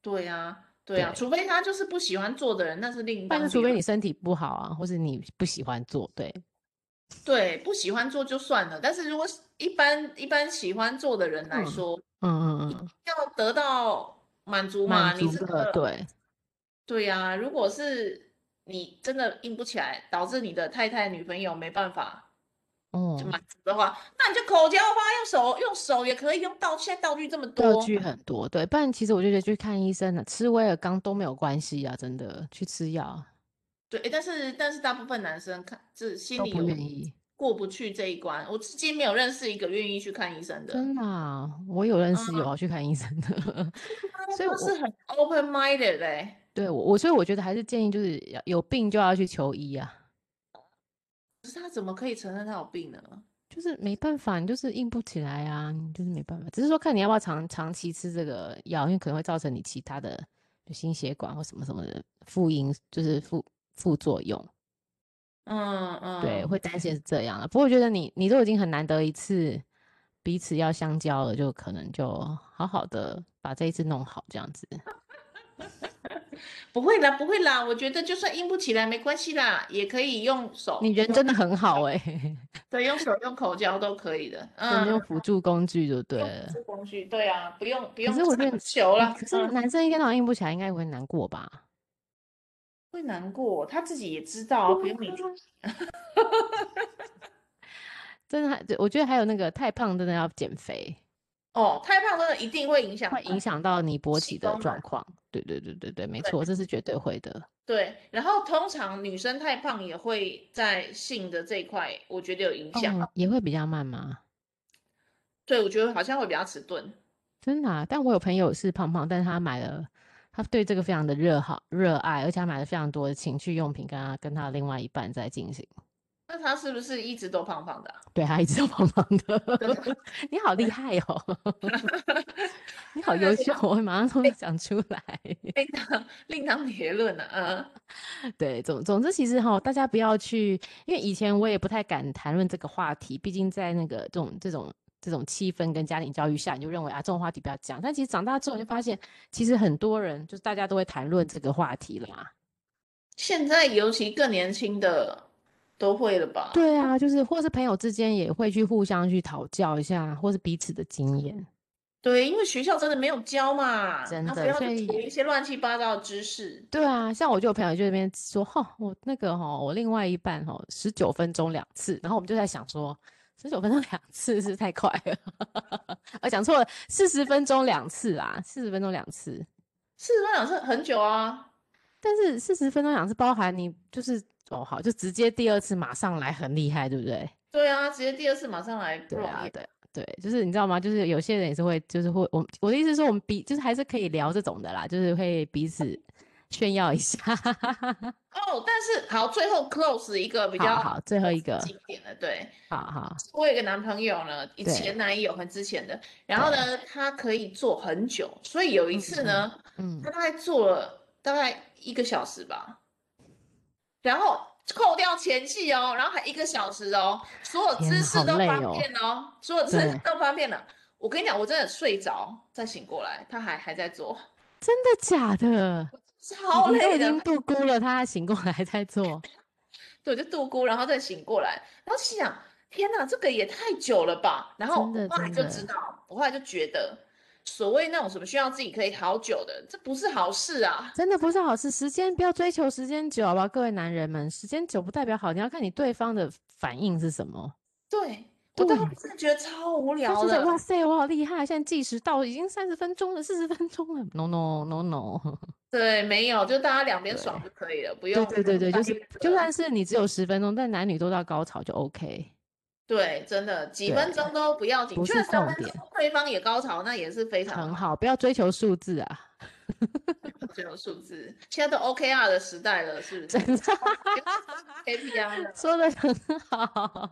Speaker 2: 对呀，对呀，
Speaker 1: 对，
Speaker 2: 除非他就是不喜欢做的人，那是另
Speaker 1: 但是
Speaker 2: 当
Speaker 1: 除非
Speaker 2: 别论。
Speaker 1: 你身体不好啊，或是你不喜欢做，对，
Speaker 2: 对，不喜欢做就算了，但是如果是一般一般喜欢做的人来
Speaker 1: 嗯
Speaker 2: 说，
Speaker 1: 嗯嗯嗯，
Speaker 2: 要得到满足嘛，
Speaker 1: 满
Speaker 2: 你
Speaker 1: 足
Speaker 2: 这
Speaker 1: 的，
Speaker 2: 个。
Speaker 1: 对，
Speaker 2: 对呀，如果是你真的硬不起来，导致你的太太、女朋友没办法就
Speaker 1: 哦，
Speaker 2: 满足的话，那你就口交吧，用手用手也可以，用道具，现在道具这么
Speaker 1: 道
Speaker 2: 多，
Speaker 1: 具很多，对，不然其实我就觉得去看医生啊，吃威尔刚都没有关系啊，真的，去吃药
Speaker 2: 对，诶但是但是大部分男生看这心
Speaker 1: 都
Speaker 2: 里
Speaker 1: 不
Speaker 2: 有
Speaker 1: 愿意。
Speaker 2: 过不去这一关，我至今没有认识一个愿意去看医生的，
Speaker 1: 真的啊、我有认
Speaker 2: 嗯，
Speaker 1: 识有要去看医生的， (laughs)
Speaker 2: 他
Speaker 1: 所以
Speaker 2: 都
Speaker 1: 我
Speaker 2: 是很 open minded 嘞，
Speaker 1: 对我我所以我觉得还是建议就是要有病就要去求医啊，
Speaker 2: 可是他怎么可以承认他有病呢？
Speaker 1: 就是没办法，你就是硬不起来啊，你就是没办法，只是说看你要不要长长期吃这个药，因为可能会造成你其他的就心血管或什么什么的副因，就是副副作用，
Speaker 2: 嗯
Speaker 1: 对，
Speaker 2: 嗯，
Speaker 1: 会担心是这样了。不过我觉得你你都已经很难得一次彼此要相交了，就可能就好好的把这一次弄好这样子。
Speaker 2: 不会啦，不会啦，我觉得就算硬不起来没关系啦，也可以用
Speaker 1: 你
Speaker 2: 手
Speaker 1: 人
Speaker 2: 用
Speaker 1: 真的很
Speaker 2: (laughs)
Speaker 1: 好哎、
Speaker 2: 对用手用口交都可以的，
Speaker 1: 对， (laughs) 你
Speaker 2: 嗯，
Speaker 1: 用辅助工具就对
Speaker 2: 用辅
Speaker 1: 了。
Speaker 2: 助工具，对啊，不用不
Speaker 1: 可
Speaker 2: 用
Speaker 1: 是我觉
Speaker 2: 强
Speaker 1: 得，
Speaker 2: 求
Speaker 1: 嗯
Speaker 2: 啦，
Speaker 1: 可是
Speaker 2: 嗯。
Speaker 1: 男生一天到晚硬不起来，应该会难过吧？
Speaker 2: 会难过，他自己也知道啊，
Speaker 1: 对
Speaker 2: 不用你
Speaker 1: 啊真的还，我觉得还有那个太胖真的要减肥，
Speaker 2: 哦，太胖真的一定会影响
Speaker 1: 会
Speaker 2: 到
Speaker 1: 影响到你勃
Speaker 2: 气
Speaker 1: 起的
Speaker 2: 功
Speaker 1: 状
Speaker 2: 能
Speaker 1: 况。对对对对对，没
Speaker 2: 啊对
Speaker 1: 错，这是绝对会的。
Speaker 2: 对，然后通常女生太胖也会在性的这一块，我觉得有影响。
Speaker 1: 哦，也会比较慢吗？
Speaker 2: 对，我觉得好像会比较迟钝。
Speaker 1: 真的、啊，但我有朋友是胖胖，但是他买了，他对这个非常的热好热爱，而且他买了非常多的情趣用品，跟他跟他另外一半在进行。
Speaker 2: 那她是不是一直都胖胖的啊、
Speaker 1: 对他一直都胖胖
Speaker 2: 真
Speaker 1: 的， (laughs) 你好厉害哦，你好
Speaker 2: 当
Speaker 1: 优
Speaker 2: 然是
Speaker 1: 秀，我会马上从想出来。
Speaker 2: 另当另当别论了、啊。嗯，
Speaker 1: 对，总总之，其实哈，大家不要去，因为以前我也不太敢谈论这个话题，毕竟在那个这种这种这种气氛跟家庭教育下，你就认为啊这种话题不要讲。但其实长大之后，你就发现，其实很多人就是大家都会谈论这个话题啦。
Speaker 2: 现在尤其更年轻的都会了吧？
Speaker 1: 对啊，就是或是朋友之间也会去互相去讨教一下，或是彼此的经验。
Speaker 2: 对，因为学校真的没有教嘛，
Speaker 1: 真
Speaker 2: 那不
Speaker 1: 的
Speaker 2: 要
Speaker 1: 所
Speaker 2: 去
Speaker 1: 以
Speaker 2: 学一些乱七八糟的知识。
Speaker 1: 对啊，像我就有朋友就在那边说，哈、我那个哈、我另外一半哈、十九分钟两次，然后我们就在想说，十九分钟两次是太快了，我讲错了，四十分钟两次啊，四十分钟两次，
Speaker 2: 四十分钟是很久啊，
Speaker 1: 但是四十分钟两次包含你就是哦好，就直接第二次马上来，很厉害，对不对？
Speaker 2: 对啊，直接第二次马上来不
Speaker 1: 对
Speaker 2: 容
Speaker 1: 啊
Speaker 2: 易，。
Speaker 1: 对啊对，就是你知道吗？就是有些人也是会，就是会我我的意思是说，我们彼就是还是可以聊这种的啦，就是会彼此炫耀一下。 (laughs)
Speaker 2: 哦，但是好，最后 close 一个比
Speaker 1: 好
Speaker 2: 较
Speaker 1: 好最后一个
Speaker 2: 经典的，对，
Speaker 1: 好好，
Speaker 2: 我有一个男朋友呢，以
Speaker 1: 对
Speaker 2: 前男友很之前的，然后呢，他可以做很久，所以有一次呢，
Speaker 1: 嗯
Speaker 2: 他，大概做了大概一个小时吧，然后扣掉前戏哦，然后还一个小时哦，所有
Speaker 1: 天
Speaker 2: 姿
Speaker 1: 哪
Speaker 2: 势
Speaker 1: 好
Speaker 2: 都
Speaker 1: 累
Speaker 2: 翻
Speaker 1: 哦
Speaker 2: 遍了哦，所有姿势
Speaker 1: 对
Speaker 2: 都翻遍了。我跟你讲，我真的睡着再醒过来，他还还在做，
Speaker 1: 真的假的？
Speaker 2: 超
Speaker 1: 你你都
Speaker 2: 累
Speaker 1: 已
Speaker 2: 的。
Speaker 1: 经度孤了，他还醒过来再做，
Speaker 2: (laughs) 对，我就度孤，然后再醒过来，然后心想：天哪，这个也太久了吧！然后
Speaker 1: 真的
Speaker 2: 我后来
Speaker 1: 真
Speaker 2: 就知
Speaker 1: 的
Speaker 2: 道，我后来就觉得，所谓那种什么需要自己可以好久的，这不是好事啊。
Speaker 1: 真的不是好事。时间不要追求时间久，好不好？各位男人们，时间久不代表好，你要看你对方的反应是什么。
Speaker 2: 对，我当时
Speaker 1: 对
Speaker 2: 真的觉得超无
Speaker 1: 他
Speaker 2: 聊
Speaker 1: 觉得
Speaker 2: 的
Speaker 1: 哇。塞，我好厉害，现在计时到已经三十分钟了，四十分钟了。No no no no。 (laughs)
Speaker 2: 对，没有，就大家两边爽就可以了，不用
Speaker 1: 对对对对，
Speaker 2: 太
Speaker 1: 就是
Speaker 2: 那
Speaker 1: 就
Speaker 2: 个
Speaker 1: 算是你只有十分钟，但男女都到高潮就 OK。
Speaker 2: 对，真的几分
Speaker 1: 对
Speaker 2: 钟都不要紧，
Speaker 1: 不
Speaker 2: 就是三
Speaker 1: 重
Speaker 2: 分
Speaker 1: 点
Speaker 2: 钟对方也高潮，那也是非常
Speaker 1: 很
Speaker 2: 好
Speaker 1: 好，不要追求数字啊！
Speaker 2: 这种数字。现在都 OKR 的时代了，是不是
Speaker 1: 真的 (laughs)
Speaker 2: ？KPI 了。
Speaker 1: 说的很好，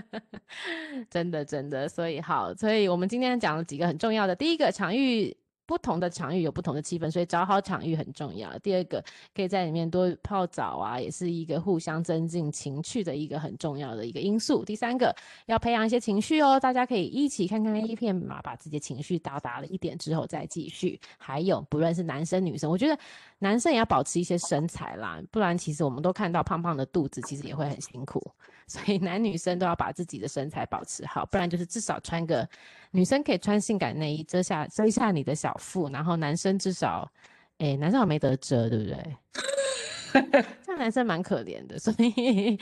Speaker 1: (laughs) 真的真的，所以好，所以我们今天讲了几个很重要的。第一个，场域不同的场域有不同的气氛，所以找好场域很重要。第二个，可以在里面多泡澡啊，也是一个互相增进情趣的一个很重要的一个因素。第三个，要培养一些情绪哦，大家可以一起看看 A 片嘛，把自己的情绪到达了一点之后再继续。还有，不论是男生女生，我觉得男生也要保持一些身材啦，不然其实我们都看到胖胖的肚子，其实也会很辛苦。所以男女生都要把自己的身材保持好，不然就是至少穿个女生可以穿性感内衣遮下遮一下你的小腹，然后男生至少，哎，男生好像没得遮，对不对？ (laughs) 这样男生蛮可怜的，所以。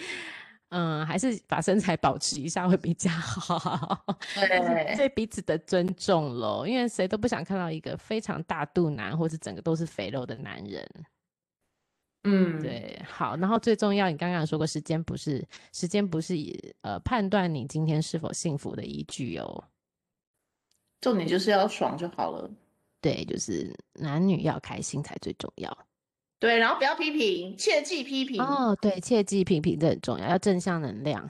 Speaker 1: 嗯，还是把身材保持一下会比较好，就是
Speaker 2: 对，
Speaker 1: 对彼此的尊重咯。因为谁都不想看到一个非常大肚腩或是整个都是肥肉的男人。
Speaker 2: 嗯，
Speaker 1: 对，好，然后最重要，你刚刚有说过，时间不是时间不是以呃判断你今天是否幸福的依据哦。
Speaker 2: 重点就是要爽就好了。
Speaker 1: 对，就是男女要开心才最重要。
Speaker 2: 对，然后不要批评，切忌批评。
Speaker 1: 哦，对，切记平平这很重要，要正向能量，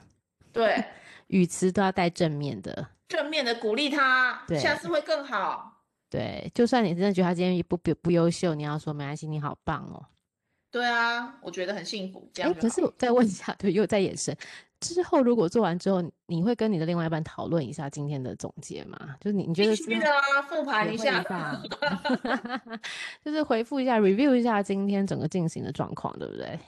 Speaker 2: 对，
Speaker 1: 语词都要带正面的。
Speaker 2: 正面的鼓励他，下
Speaker 1: 对
Speaker 2: 次会更好。
Speaker 1: 对，就算你真的觉得他今天不不不优秀，你要说没关系，你好棒哦。
Speaker 2: 对啊，我觉得很幸福，这
Speaker 1: 哎，
Speaker 2: 样就
Speaker 1: 可
Speaker 2: 好
Speaker 1: 是我再问一下， (laughs) 对，又在延伸。之后如果做完之后，你会跟你的另外一半讨论一下今天的总结吗？就是你你觉
Speaker 2: 必
Speaker 1: 得是
Speaker 2: 须的啊，复盘
Speaker 1: 回
Speaker 2: 一
Speaker 1: 馈
Speaker 2: 下。 (laughs)
Speaker 1: (laughs) 就是回复一下、review 一下今天整个进行的状况，对不对？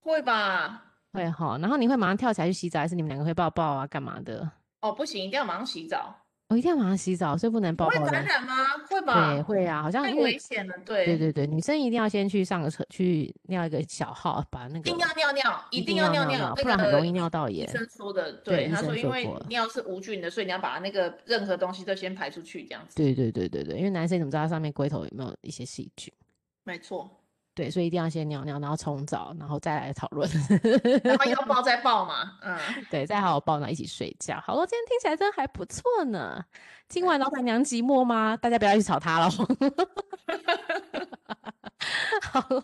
Speaker 2: 会吧？
Speaker 1: 会哈，然后你会马上跳起来去洗澡，还是你们两个会抱抱啊，干嘛的？
Speaker 2: 哦，不行，一定要马上洗澡。
Speaker 1: 我一定要马上洗澡，所以不能抱
Speaker 2: 会
Speaker 1: 抱哦的
Speaker 2: 感。染吗？
Speaker 1: 对，
Speaker 2: 会吧？
Speaker 1: 会啊，好像
Speaker 2: 太
Speaker 1: 因
Speaker 2: 危
Speaker 1: 为
Speaker 2: 险了，对
Speaker 1: 对对对，女生一定要先去上个厕去尿一个小号，把那个
Speaker 2: 一定要尿尿，
Speaker 1: 一
Speaker 2: 定
Speaker 1: 要
Speaker 2: 尿
Speaker 1: 尿，
Speaker 2: 那
Speaker 1: 不然很
Speaker 2: 个
Speaker 1: 容易尿道
Speaker 2: 医
Speaker 1: 炎。
Speaker 2: 生说的，
Speaker 1: 对
Speaker 2: 对，
Speaker 1: 医
Speaker 2: 他
Speaker 1: 生
Speaker 2: 说因
Speaker 1: 说
Speaker 2: 为
Speaker 1: 过
Speaker 2: 尿是无菌的，所以你要把那个任何东西都先排出去，这样子。
Speaker 1: 对对对对对，因为男生你怎么知道它上面龟头有没有一些细菌？
Speaker 2: 没错，
Speaker 1: 对，所以一定要先尿尿，然后冲澡，然后再来讨论。
Speaker 2: 然后要抱再抱嘛，
Speaker 1: (laughs)
Speaker 2: 嗯，
Speaker 1: 对，再好好抱呢，一起睡觉。好了，今天听起来真还不错呢。今晚老板娘寂寞吗？大家不要去吵她了。 (laughs) 好了，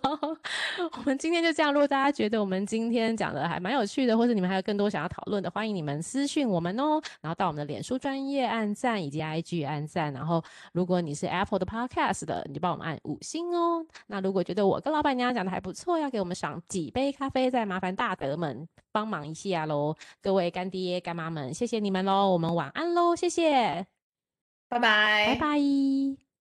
Speaker 1: 我们今天就这样。如果大家觉得我们今天讲的还蛮有趣的，或者你们还有更多想要讨论的，欢迎你们私讯我们哦。然后到我们的脸书专业按赞以及 IG 按赞。然后如果你是 Apple 的 Podcast 的，你就帮我们按五星哦。那如果觉得我跟老板娘讲的还不错，要给我们赏几杯咖啡，再麻烦大德们帮忙一下喽。各位干爹干妈们，谢谢你们喽，我们晚安喽，谢谢，
Speaker 2: 拜拜
Speaker 1: 拜拜